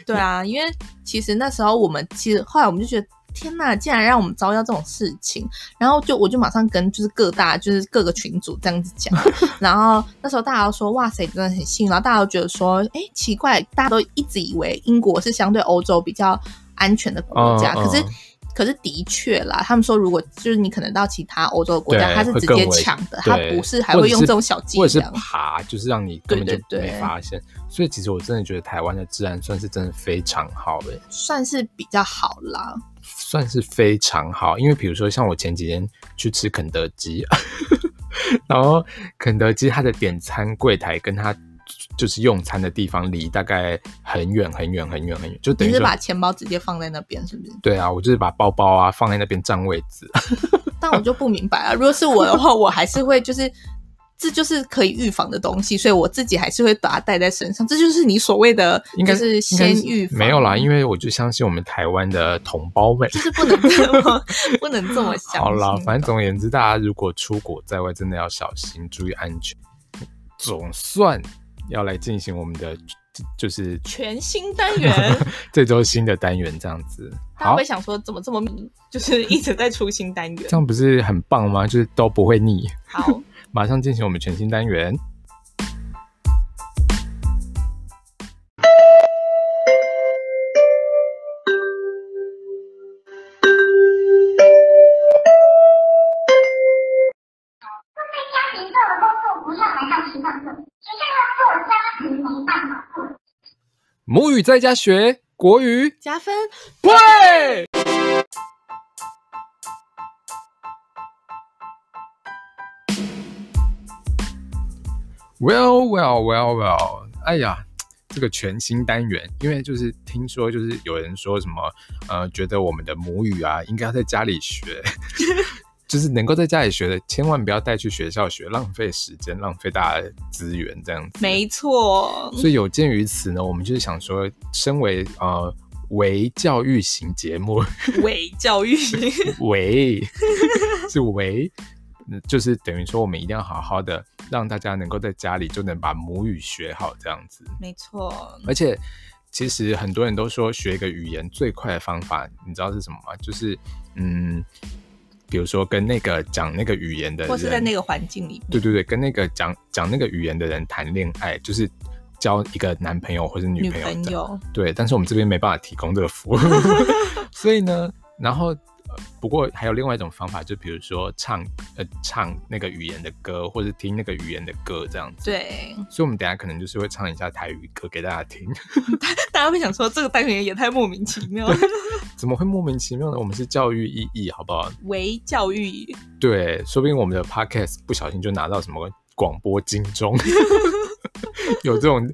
[SPEAKER 2] 对啊，因为其实那时候我们其实后来我们就觉得。天呐！竟然让我们遭遇到这种事情，然后就我就马上跟就是各大就是各个群组这样子 讲，然后那时候大家都说哇塞，真的很幸运，然后大家都觉得说，哎，奇怪，大家都一直以为英国是相对欧洲比较安全的国家，
[SPEAKER 1] 嗯
[SPEAKER 2] 可是
[SPEAKER 1] 嗯
[SPEAKER 2] 可是的确啦，他们说如果就是你可能到其他欧洲的国家，
[SPEAKER 1] 对
[SPEAKER 2] 它是
[SPEAKER 1] 会
[SPEAKER 2] 直
[SPEAKER 1] 更
[SPEAKER 2] 接
[SPEAKER 1] 危
[SPEAKER 2] 抢的，它
[SPEAKER 1] 对
[SPEAKER 2] 不是还会用这种小伎
[SPEAKER 1] 或者是
[SPEAKER 2] 俩
[SPEAKER 1] 或者。是爬，就是让你根本就
[SPEAKER 2] 对对对
[SPEAKER 1] 没发现。所以其实我真的觉得台湾的治安算是真的非常好诶、
[SPEAKER 2] 算是比较好啦，
[SPEAKER 1] 算是非常好，因为比如说像我前几天去吃肯德基， 然后肯德基它的点餐柜台跟它就是用餐的地方离大概很远很远很远很远，就等
[SPEAKER 2] 你
[SPEAKER 1] 于
[SPEAKER 2] 是
[SPEAKER 1] 说
[SPEAKER 2] 把钱包直接放在那边，是不是？
[SPEAKER 1] 对啊，我就是把包包啊放在那边占位置，
[SPEAKER 2] 但我就不明白啊，如果是我的话，我还是会就是，这就是可以预防的东西，所以我自己还是会把它带在身上。这就是你所谓的，
[SPEAKER 1] 应该
[SPEAKER 2] 就是
[SPEAKER 1] 应该
[SPEAKER 2] 先预防，
[SPEAKER 1] 没有啦，因为我就相信我们台湾的同胞们。
[SPEAKER 2] 就是不能这么不能 这么想。
[SPEAKER 1] 好啦，反正总而言之，大家如果出国在外，真的要小心，注意安全。总算要来进行我们的就是
[SPEAKER 2] 全新单元，
[SPEAKER 1] 这周新的单元这样子。
[SPEAKER 2] 大家
[SPEAKER 1] 好
[SPEAKER 2] 会，想说怎么这么迷，就是一直在出新单元
[SPEAKER 1] 这。样不是很棒吗？就是都不会腻。
[SPEAKER 2] 好，
[SPEAKER 1] 马上进行我们全新单元。
[SPEAKER 3] 家庭做的工作不要来到实上课，学校要做家庭没办法做。
[SPEAKER 1] 母语在家学国语，
[SPEAKER 2] 加分。
[SPEAKER 1] 会。Well, well, well, well，哎呀，这个全新单元，因为就是听说，就是有人说什么，呃，觉得我们的母语啊，应该要在家里学， 就是能够在家里学的，千万不要带去学校学，浪费时间，浪费大家的资源，这样子。
[SPEAKER 2] 没错，
[SPEAKER 1] 所以有鉴于此呢，我们就是想说，身为呃为教育型节目，
[SPEAKER 2] 伪教育
[SPEAKER 1] 为是为，嗯就是等于说我们一定要好好的让大家能够在家里就能把母语学好这样子。
[SPEAKER 2] 没错，
[SPEAKER 1] 而且其实很多人都说学一个语言最快的方法，你知道是什么吗？就是嗯，比如说跟那个讲那个语言的人，
[SPEAKER 2] 或是在那个环境里面，
[SPEAKER 1] 对对对，跟那个讲讲那个语言的人谈恋爱，就是交一个男朋友或是女
[SPEAKER 2] 女
[SPEAKER 1] 朋友
[SPEAKER 2] 朋
[SPEAKER 1] 这样。
[SPEAKER 2] 友
[SPEAKER 1] 对，但是我们这边没办法提供这个服 务，所以呢，然后呃不过还有另外一种方法，就比如说唱呃唱那个语言的歌，或者听那个语言的歌这样子。，
[SPEAKER 2] 对。
[SPEAKER 1] 所以我们等一下可能就是会唱一下台语歌给大家听。
[SPEAKER 2] 大家会想说这个单元也太莫名其 妙，
[SPEAKER 1] 怎么会莫名其妙呢？我们是教育意义，好不好？
[SPEAKER 2] 为教育
[SPEAKER 1] 对，说不定我们的 podcast 不小心就拿到什么广播金钟， 有这种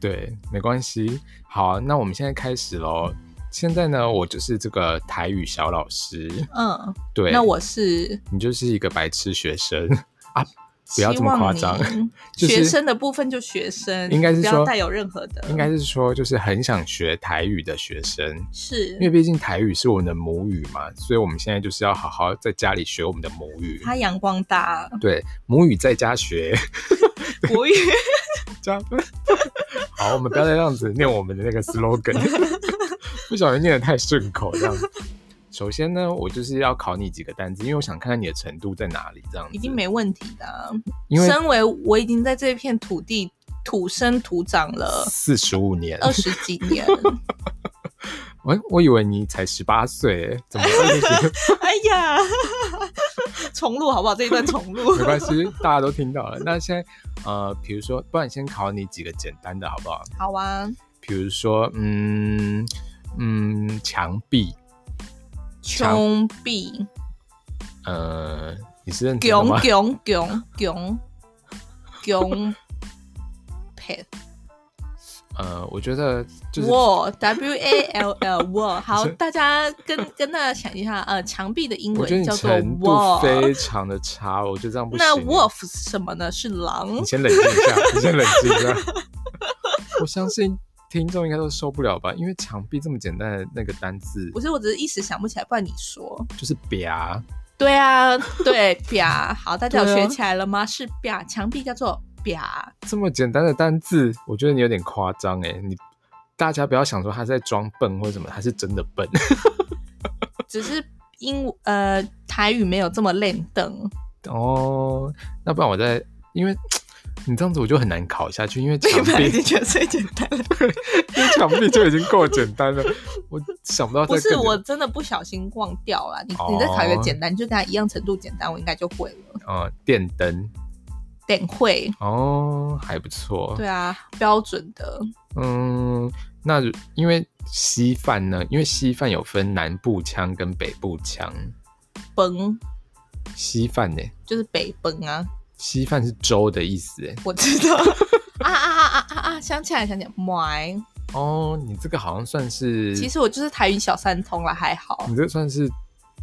[SPEAKER 1] 对，没关系。好，那我们现在开始喽。现在呢，我就是这个台语小老师，
[SPEAKER 2] 嗯，
[SPEAKER 1] 对，
[SPEAKER 2] 那我是
[SPEAKER 1] 你就是一个白痴学生啊，不
[SPEAKER 2] 希
[SPEAKER 1] 要
[SPEAKER 2] 望
[SPEAKER 1] 这么夸张，
[SPEAKER 2] 你
[SPEAKER 1] 就是
[SPEAKER 2] 学生的部分就学生，
[SPEAKER 1] 应该是
[SPEAKER 2] 不
[SPEAKER 1] 说
[SPEAKER 2] 要带有任何的，
[SPEAKER 1] 应该是说就是很想学台语的学生。因为
[SPEAKER 2] 是
[SPEAKER 1] 毕竟台语是我们的母语嘛，所以我们现在就是要好好在家里学我们的母语。
[SPEAKER 2] 他阳光大，
[SPEAKER 1] 对，母语在家学
[SPEAKER 2] 国语
[SPEAKER 1] 加分。 好，我们不要再这样子念我们的那个 slogan，不 小心念的太顺口这样子。首先呢，我就是要考你几个单字，因为我想看看你的程度在哪里，这样子。
[SPEAKER 2] 已经，没问题的啊。
[SPEAKER 1] 因为
[SPEAKER 2] 身为我已经在这片土地土生土长了
[SPEAKER 1] 四十五年，
[SPEAKER 2] 二十几 年，
[SPEAKER 1] 我我以为你才十八岁，欸怎么 会？
[SPEAKER 2] 哎呀，重录好不好？这一段重 录
[SPEAKER 1] 没关系，大家都听到了。那现在呃，比如说，不然先考你几个简单的好不好？
[SPEAKER 2] 好啊，
[SPEAKER 1] 比如说，嗯嗯，墙壁，
[SPEAKER 2] 穷逼，
[SPEAKER 1] 呃，你是认真的
[SPEAKER 2] 穷
[SPEAKER 1] 吗？
[SPEAKER 2] 穷穷穷， 公 pet
[SPEAKER 1] 呃，我觉得就是
[SPEAKER 2] wall w a l l wall。好，大家跟跟大家想一下，呃，墙壁的英
[SPEAKER 1] 我觉得
[SPEAKER 2] 文
[SPEAKER 1] 你
[SPEAKER 2] 叫做
[SPEAKER 1] 程度
[SPEAKER 2] wall。
[SPEAKER 1] 非常的差，我觉得这样不行。欸
[SPEAKER 2] 那 wolf 是什么呢？是狼
[SPEAKER 1] 你。先冷静一下，你先冷静一下。我相信听众应该都受不了吧，因为墙壁这么简单的那个单字
[SPEAKER 2] 不是，我只是一时想不起来，不然你说。
[SPEAKER 1] 就是“biá”，
[SPEAKER 2] 对啊，对啪，好，大家有
[SPEAKER 1] 对啊
[SPEAKER 2] 学起来了吗？是啪，墙壁叫做啪，
[SPEAKER 1] 这么简单的单字，我觉得你有点夸张哎。你大家不要想说他在装笨或者什么，他是真的笨。
[SPEAKER 2] 只是英呃台语没有这么练 灯。
[SPEAKER 1] 哦，那不然我再，因为你这样子我就很难考下去，因为墙
[SPEAKER 2] 你本来
[SPEAKER 1] 壁
[SPEAKER 2] 已经觉得最简单了，
[SPEAKER 1] 因为墙壁就已经够简单了，我想不到再
[SPEAKER 2] 不是
[SPEAKER 1] 更
[SPEAKER 2] 我真的不小心忘掉了。你
[SPEAKER 1] 哦
[SPEAKER 2] 你再考一个简单，就跟他一样程度简单，我应该就会了。
[SPEAKER 1] 呃电灯
[SPEAKER 2] 点会，
[SPEAKER 1] 哦还不错，
[SPEAKER 2] 对啊，标准的
[SPEAKER 1] 嗯，那如因为稀饭呢，因为稀饭有分南部腔跟北部腔，
[SPEAKER 2] 崩
[SPEAKER 1] 稀饭呢，
[SPEAKER 2] 就是北崩啊，
[SPEAKER 1] 稀饭是粥的意思哎。
[SPEAKER 2] 我知道。啊啊啊啊啊啊！想起来，想起来，买。
[SPEAKER 1] 哦，你这个好像算是，
[SPEAKER 2] 其实我就是台语小三通了，还好
[SPEAKER 1] 你。这个算是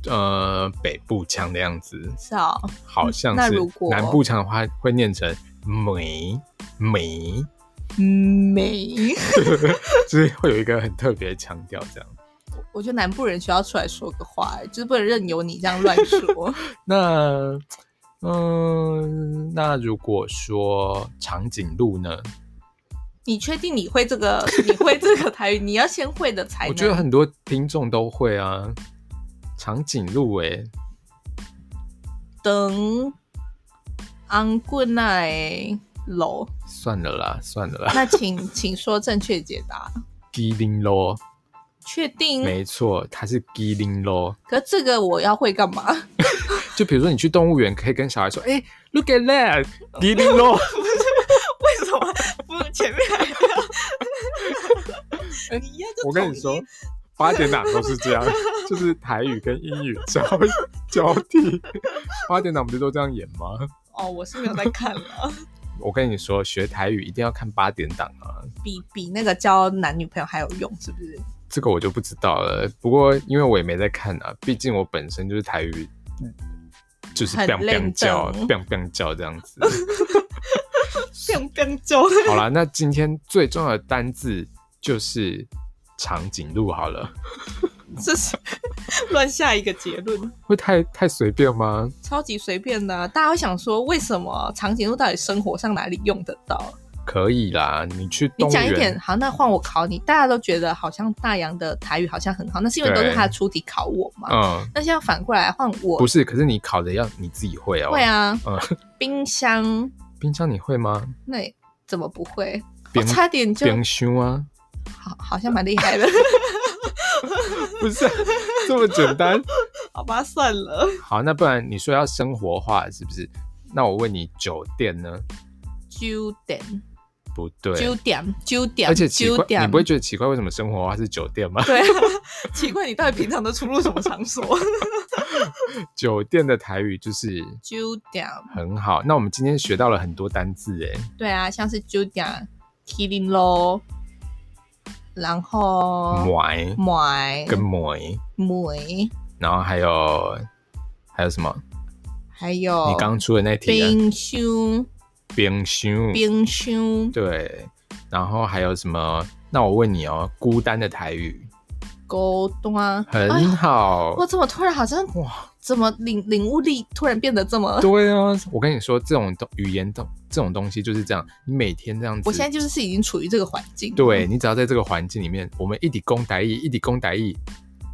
[SPEAKER 1] 呃北部腔的样子，
[SPEAKER 2] 是啊、
[SPEAKER 1] 好像
[SPEAKER 2] 那
[SPEAKER 1] 是
[SPEAKER 2] 如果
[SPEAKER 1] 南部腔的话会念成梅梅，
[SPEAKER 2] 美。
[SPEAKER 1] 就是会有一个很特别的腔调这样。
[SPEAKER 2] 我觉得南部人需要出来说个话、欸，就是不能任由你这样乱说。
[SPEAKER 1] 那嗯，那如果说长颈鹿呢？
[SPEAKER 2] 你确定你会这个？你会这个台语？你要先会的才能。
[SPEAKER 1] 我觉得很多听众都会啊，长颈鹿哎、
[SPEAKER 2] 等昂棍奈楼。
[SPEAKER 1] 算了啦，算了啦，
[SPEAKER 2] 那请请说正确解答。
[SPEAKER 1] 吉林咯，
[SPEAKER 2] 确定？
[SPEAKER 1] 没错，它是吉林咯。
[SPEAKER 2] 可这个我要会干嘛？
[SPEAKER 1] 就比如说你去动物园，可以跟小孩说，哎、l o o k at that，吉林咯。
[SPEAKER 2] 为什么不前面还要？哎你要就
[SPEAKER 1] 我跟你
[SPEAKER 2] 统
[SPEAKER 1] 说
[SPEAKER 2] 一，
[SPEAKER 1] 八点档都是这样，就是台语跟英语交交替。八点档不是都这样演吗？
[SPEAKER 2] 哦，我是没有在看了，
[SPEAKER 1] 我跟你说，学台语一定要看八点档啊，
[SPEAKER 2] 比比那个交男女朋友还有用，是不是？
[SPEAKER 1] 这个我就不知道了。不过因为我也没在看啊，毕竟我本身就是台语，就是
[SPEAKER 2] 很
[SPEAKER 1] biang biang
[SPEAKER 2] 认
[SPEAKER 1] 叫
[SPEAKER 2] 真
[SPEAKER 1] biang biang 叫这样子。
[SPEAKER 2] 变变交。
[SPEAKER 1] 好啦，那今天最重要的单字就是长颈鹿好了，
[SPEAKER 2] 这是乱下一个结论，
[SPEAKER 1] 会太太随便吗？
[SPEAKER 2] 超级随便的啊、大家会想说，为什么长颈鹿到底生活上哪里用得到？
[SPEAKER 1] 可以啦，你去动
[SPEAKER 2] 你
[SPEAKER 1] 物
[SPEAKER 2] 讲一点
[SPEAKER 1] 园，
[SPEAKER 2] 好，那换我考你。大家都觉得好像大洋的台语好像很好，那是因为都是
[SPEAKER 1] 对
[SPEAKER 2] 他出题考我嘛。
[SPEAKER 1] 嗯，
[SPEAKER 2] 那现在反过来换我
[SPEAKER 1] 不，是，可是你考的要你自己会哦。
[SPEAKER 2] 会，啊。
[SPEAKER 1] 嗯
[SPEAKER 2] 冰箱
[SPEAKER 1] 冰箱你会吗？
[SPEAKER 2] 那也怎么不会？我
[SPEAKER 1] 冰
[SPEAKER 2] 差点就
[SPEAKER 1] 冰箱啊，
[SPEAKER 2] 好，好像蛮厉害的。
[SPEAKER 1] 不是啊 这么简单。
[SPEAKER 2] 好吧，算了。
[SPEAKER 1] 好，那不然你说要生活化是不是？那我问你，酒店呢？
[SPEAKER 2] 九点，
[SPEAKER 1] 不对，
[SPEAKER 2] 九点，九点，
[SPEAKER 1] 而且奇
[SPEAKER 2] 九
[SPEAKER 1] 怪，
[SPEAKER 2] 点
[SPEAKER 1] 你 不会觉得奇怪，为什么生活化是酒店吗？
[SPEAKER 2] 对啊？ 奇怪，你到底平常都出入什么场所？
[SPEAKER 1] 酒店的台语就是
[SPEAKER 2] 九点。
[SPEAKER 1] 很好。那我们今天学到了很多单字，哎，
[SPEAKER 2] 对啊，像是 Judia、Killing 咯，然后
[SPEAKER 1] 买
[SPEAKER 2] 哦买
[SPEAKER 1] 跟买，
[SPEAKER 2] 梅，
[SPEAKER 1] 然后还有还有什么？
[SPEAKER 2] 还有
[SPEAKER 1] 你刚刚出的那题、啊，
[SPEAKER 2] 哦冰箱、
[SPEAKER 1] 冰箱，
[SPEAKER 2] 冰箱、
[SPEAKER 1] 对，然后还有什么？那我问你哦，孤单的台语
[SPEAKER 2] 高端，哎
[SPEAKER 1] 很
[SPEAKER 2] 呀
[SPEAKER 1] 好，
[SPEAKER 2] 我怎么突然好像
[SPEAKER 1] 哇，
[SPEAKER 2] 怎么领领悟力突然变得这么？
[SPEAKER 1] 对啊，我跟你说，这种东语言东这种东西就是这样，你每天这样子，
[SPEAKER 2] 我现在就是已经处于这个环境，
[SPEAKER 1] 对，你只要在这个环境里面，我们一底攻台语，一底攻台语，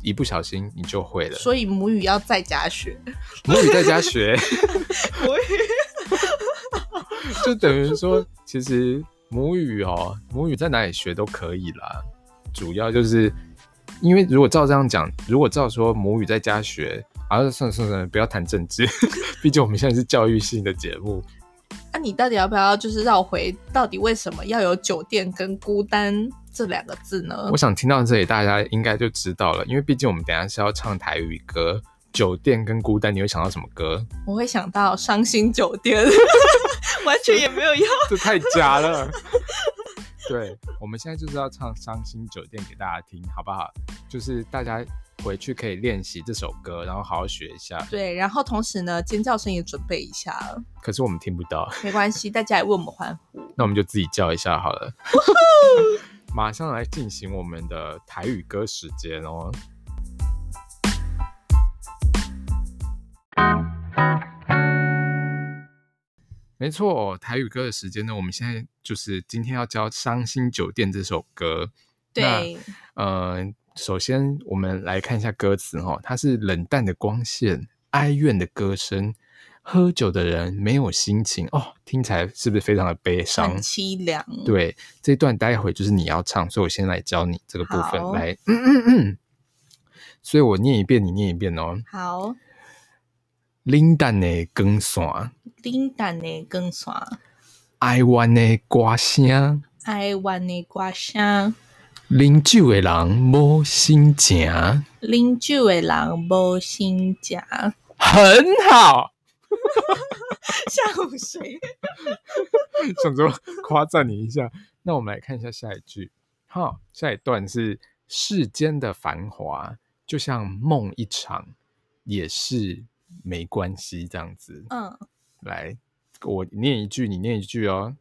[SPEAKER 1] 一不小心你就会了。
[SPEAKER 2] 所以母语要在家学。
[SPEAKER 1] 母语在家学，
[SPEAKER 2] 母语
[SPEAKER 1] 就等于说，其实母语哦，母语在哪里学都可以啦。主要就是因为如果照这样讲，如果照说母语在家学，啊，算了算了算了，不要谈政治， 毕竟我们现在是教育性的节目。
[SPEAKER 2] 那、啊你到底要不要就是绕回到底为什么要有酒店跟孤单这两个字呢
[SPEAKER 1] 我？想听到这里，大家应该就知道了，因为毕竟我们等一下是要唱台语歌，《酒店》跟《孤单》，你会想到什么歌？
[SPEAKER 2] 我会想到伤心酒店，完全也没有要。
[SPEAKER 1] 这太假了。对，我们现在就是要唱《伤心酒店》给大家听，好不好？就是大家回去可以练习这首歌，然后好好学一下。
[SPEAKER 2] 对，然后同时呢，尖叫声也准备一下了，
[SPEAKER 1] 可是我们听不到，
[SPEAKER 2] 没关系，大家也为我们欢呼。
[SPEAKER 1] 那我们就自己叫一下好了。马上来进行我们的台语歌时间哦。没错，台语歌的时间呢，我们现在就是今天要教《伤心酒店》这首歌。
[SPEAKER 2] 对，
[SPEAKER 1] 呃，首先我们来看一下歌词哈、哦，它是冷淡的光线，哀怨的歌声，喝酒的人没有心情哦，听起来是不是非常的悲伤、
[SPEAKER 2] 很凄凉？
[SPEAKER 1] 对，这一段待会就是你要唱，所以我先来教你这个部分
[SPEAKER 2] 好
[SPEAKER 1] 来，嗯嗯嗯，所以我念一遍，你念一遍哦。
[SPEAKER 2] 好，
[SPEAKER 1] 冷淡的光线，
[SPEAKER 2] 冷淡的光线，
[SPEAKER 1] 哀怨的歌声。
[SPEAKER 2] 哀怨的歌声，
[SPEAKER 1] 啉酒的人无心情，
[SPEAKER 2] 啉酒的人无心 情，
[SPEAKER 1] 很好。
[SPEAKER 2] 像谁？
[SPEAKER 1] 想说夸赞你一下，那我们来看一下下一句。好，下一段是世间的繁华，就像梦一场，也是没关系这样子。
[SPEAKER 2] 嗯，
[SPEAKER 1] 来，我念一句，你念一句哦。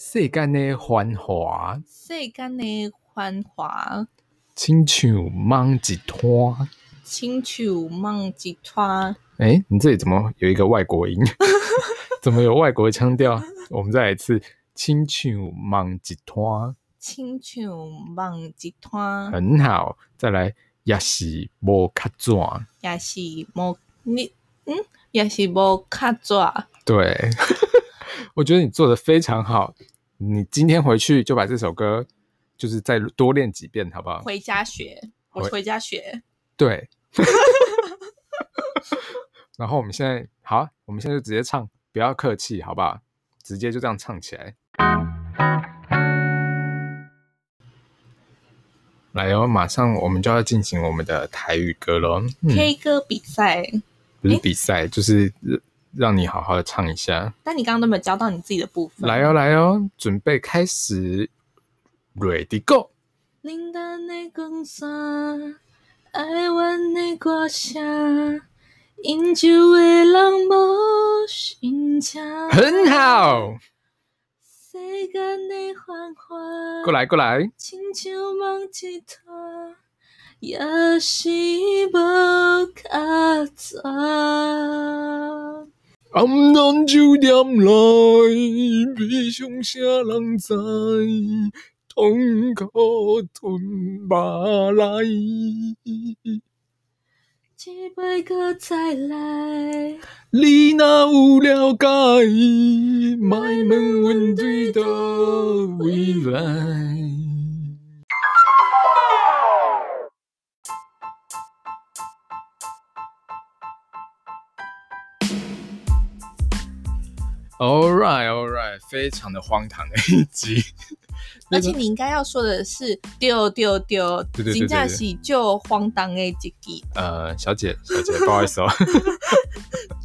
[SPEAKER 1] 世间的繁华，
[SPEAKER 2] 世间的繁华，
[SPEAKER 1] 亲像梦一摊。
[SPEAKER 2] 亲像梦一团。
[SPEAKER 1] 哎，你这里怎么有一个外国音？ 怎么有外国腔调？我们再来一次，亲像梦一摊。
[SPEAKER 2] 亲像梦一摊，
[SPEAKER 1] 很好，再来也是无卡转，
[SPEAKER 2] 也是无你嗯，也是无卡抓。
[SPEAKER 1] 对， 我觉得你做的非常好，你今天回去就把这首歌就是再多练几遍，好不好？
[SPEAKER 2] 回家学，我
[SPEAKER 1] 回
[SPEAKER 2] 回家学。
[SPEAKER 1] 对， 然后我们现在好，我们现在就直接唱，不要客气，好不好？直接就这样唱起来。来哦，马上我们就要进行我们的台语歌喽。嗯
[SPEAKER 2] K 歌比赛，
[SPEAKER 1] 不是比赛，就是让你好好的唱一下。
[SPEAKER 2] 但你刚刚都没有教到你自己的部分。
[SPEAKER 1] 来哦，来哦，准备开始，Ready Go！
[SPEAKER 2] 冷淡的光线，哀怨的歌声，饮酒的人无心情。
[SPEAKER 1] 很。好，
[SPEAKER 2] 嗯世间的繁华。
[SPEAKER 1] 过来过来，
[SPEAKER 2] 亲像梦一团，也是无卡转。
[SPEAKER 1] 暗淡酒店来，悲伤啥人知？痛苦吞目来，
[SPEAKER 2] 一杯搁再来，
[SPEAKER 1] 你若有了解，莫问阮对倒位来。All right, all right，非常的荒唐的一集。
[SPEAKER 2] 而且你应该要说的是丢丢丢，
[SPEAKER 1] 对对对对对
[SPEAKER 2] 真正是就荒唐的一集，
[SPEAKER 1] 呃，小姐，小姐，不好意 思哦，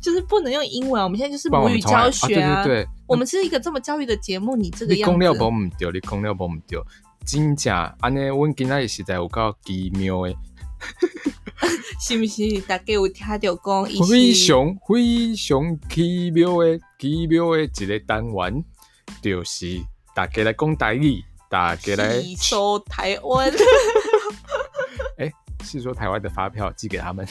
[SPEAKER 2] 就是不能用英文啊。我们现在就是
[SPEAKER 1] 不然
[SPEAKER 2] 母
[SPEAKER 1] 我们
[SPEAKER 2] 语
[SPEAKER 1] 重来
[SPEAKER 2] 教学
[SPEAKER 1] 啊对对对，
[SPEAKER 2] 我们是一个这么教育的节目，你这个
[SPEAKER 1] 你
[SPEAKER 2] 样
[SPEAKER 1] 讲
[SPEAKER 2] 子
[SPEAKER 1] 了无毋对，你讲了无毋对，真正安尼，阮今仔日实在有够奇妙诶，
[SPEAKER 2] 是不是？大家有听到讲，伊
[SPEAKER 1] 非
[SPEAKER 2] 是
[SPEAKER 1] 常非常奇妙诶，奇妙诶一个单元，就是大家来讲台语，大家来
[SPEAKER 2] 吸收台 湾，
[SPEAKER 1] 是说台湾的发票寄给他们，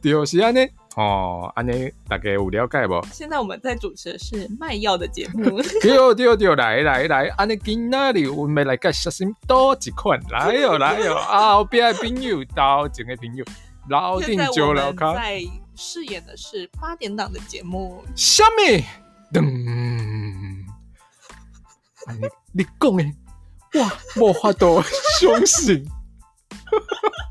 [SPEAKER 1] 就是安尼哦，安尼大家有了解无？
[SPEAKER 2] 现在我们在主持的是卖药的节目。
[SPEAKER 1] 对对对，来来来，安尼今仔日我们来介绍什多一款，来哟来哟，啊后壁的朋友，头前的朋友，楼
[SPEAKER 2] 现
[SPEAKER 1] 顶
[SPEAKER 2] 在
[SPEAKER 1] 就
[SPEAKER 2] 我
[SPEAKER 1] 楼
[SPEAKER 2] 们
[SPEAKER 1] 卡，
[SPEAKER 2] 在饰演的是八点档的节目，
[SPEAKER 1] 什么？噔，安尼啊你讲的，哇，无法度相信。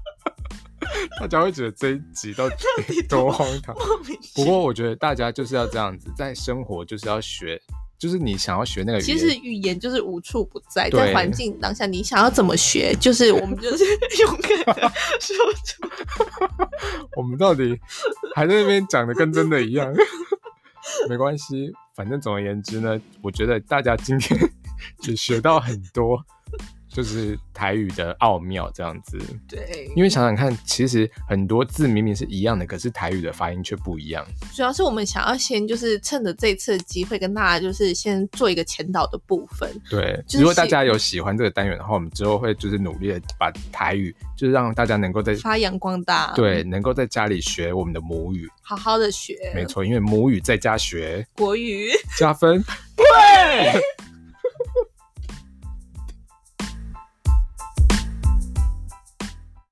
[SPEAKER 1] 大家会觉得这一集到底多荒 唐。
[SPEAKER 2] 莫名其
[SPEAKER 1] 不过我觉得大家就是要这样子，在生活就是要学，就是你想要学那个语言，
[SPEAKER 2] 其实语言就是无处不在，
[SPEAKER 1] 对
[SPEAKER 2] 在环境当下，你想要怎么学，就是我们就是 勇 敢的说出。
[SPEAKER 1] 我们到底还在那边讲的跟真的一样。没关系，反正总而言之呢，我觉得大家今天 也学到很多，就是台语的奥妙这样子。
[SPEAKER 2] 对，
[SPEAKER 1] 因为想想看，其实很多字明明是一样的，可是台语的发音却不一样。
[SPEAKER 2] 主要是我们想要先就是趁着这次机会跟大家就是先做一个前导的部分。
[SPEAKER 1] 对，
[SPEAKER 2] 就是
[SPEAKER 1] 如果大家有喜欢这个单元的话，我们之后会就是努力的把台语，就是让大家能够在
[SPEAKER 2] 发扬光大，
[SPEAKER 1] 对，能够在家里学我们的母语。
[SPEAKER 2] 好好的学，
[SPEAKER 1] 没错，因为母语在家学
[SPEAKER 2] 国语。
[SPEAKER 1] 加分。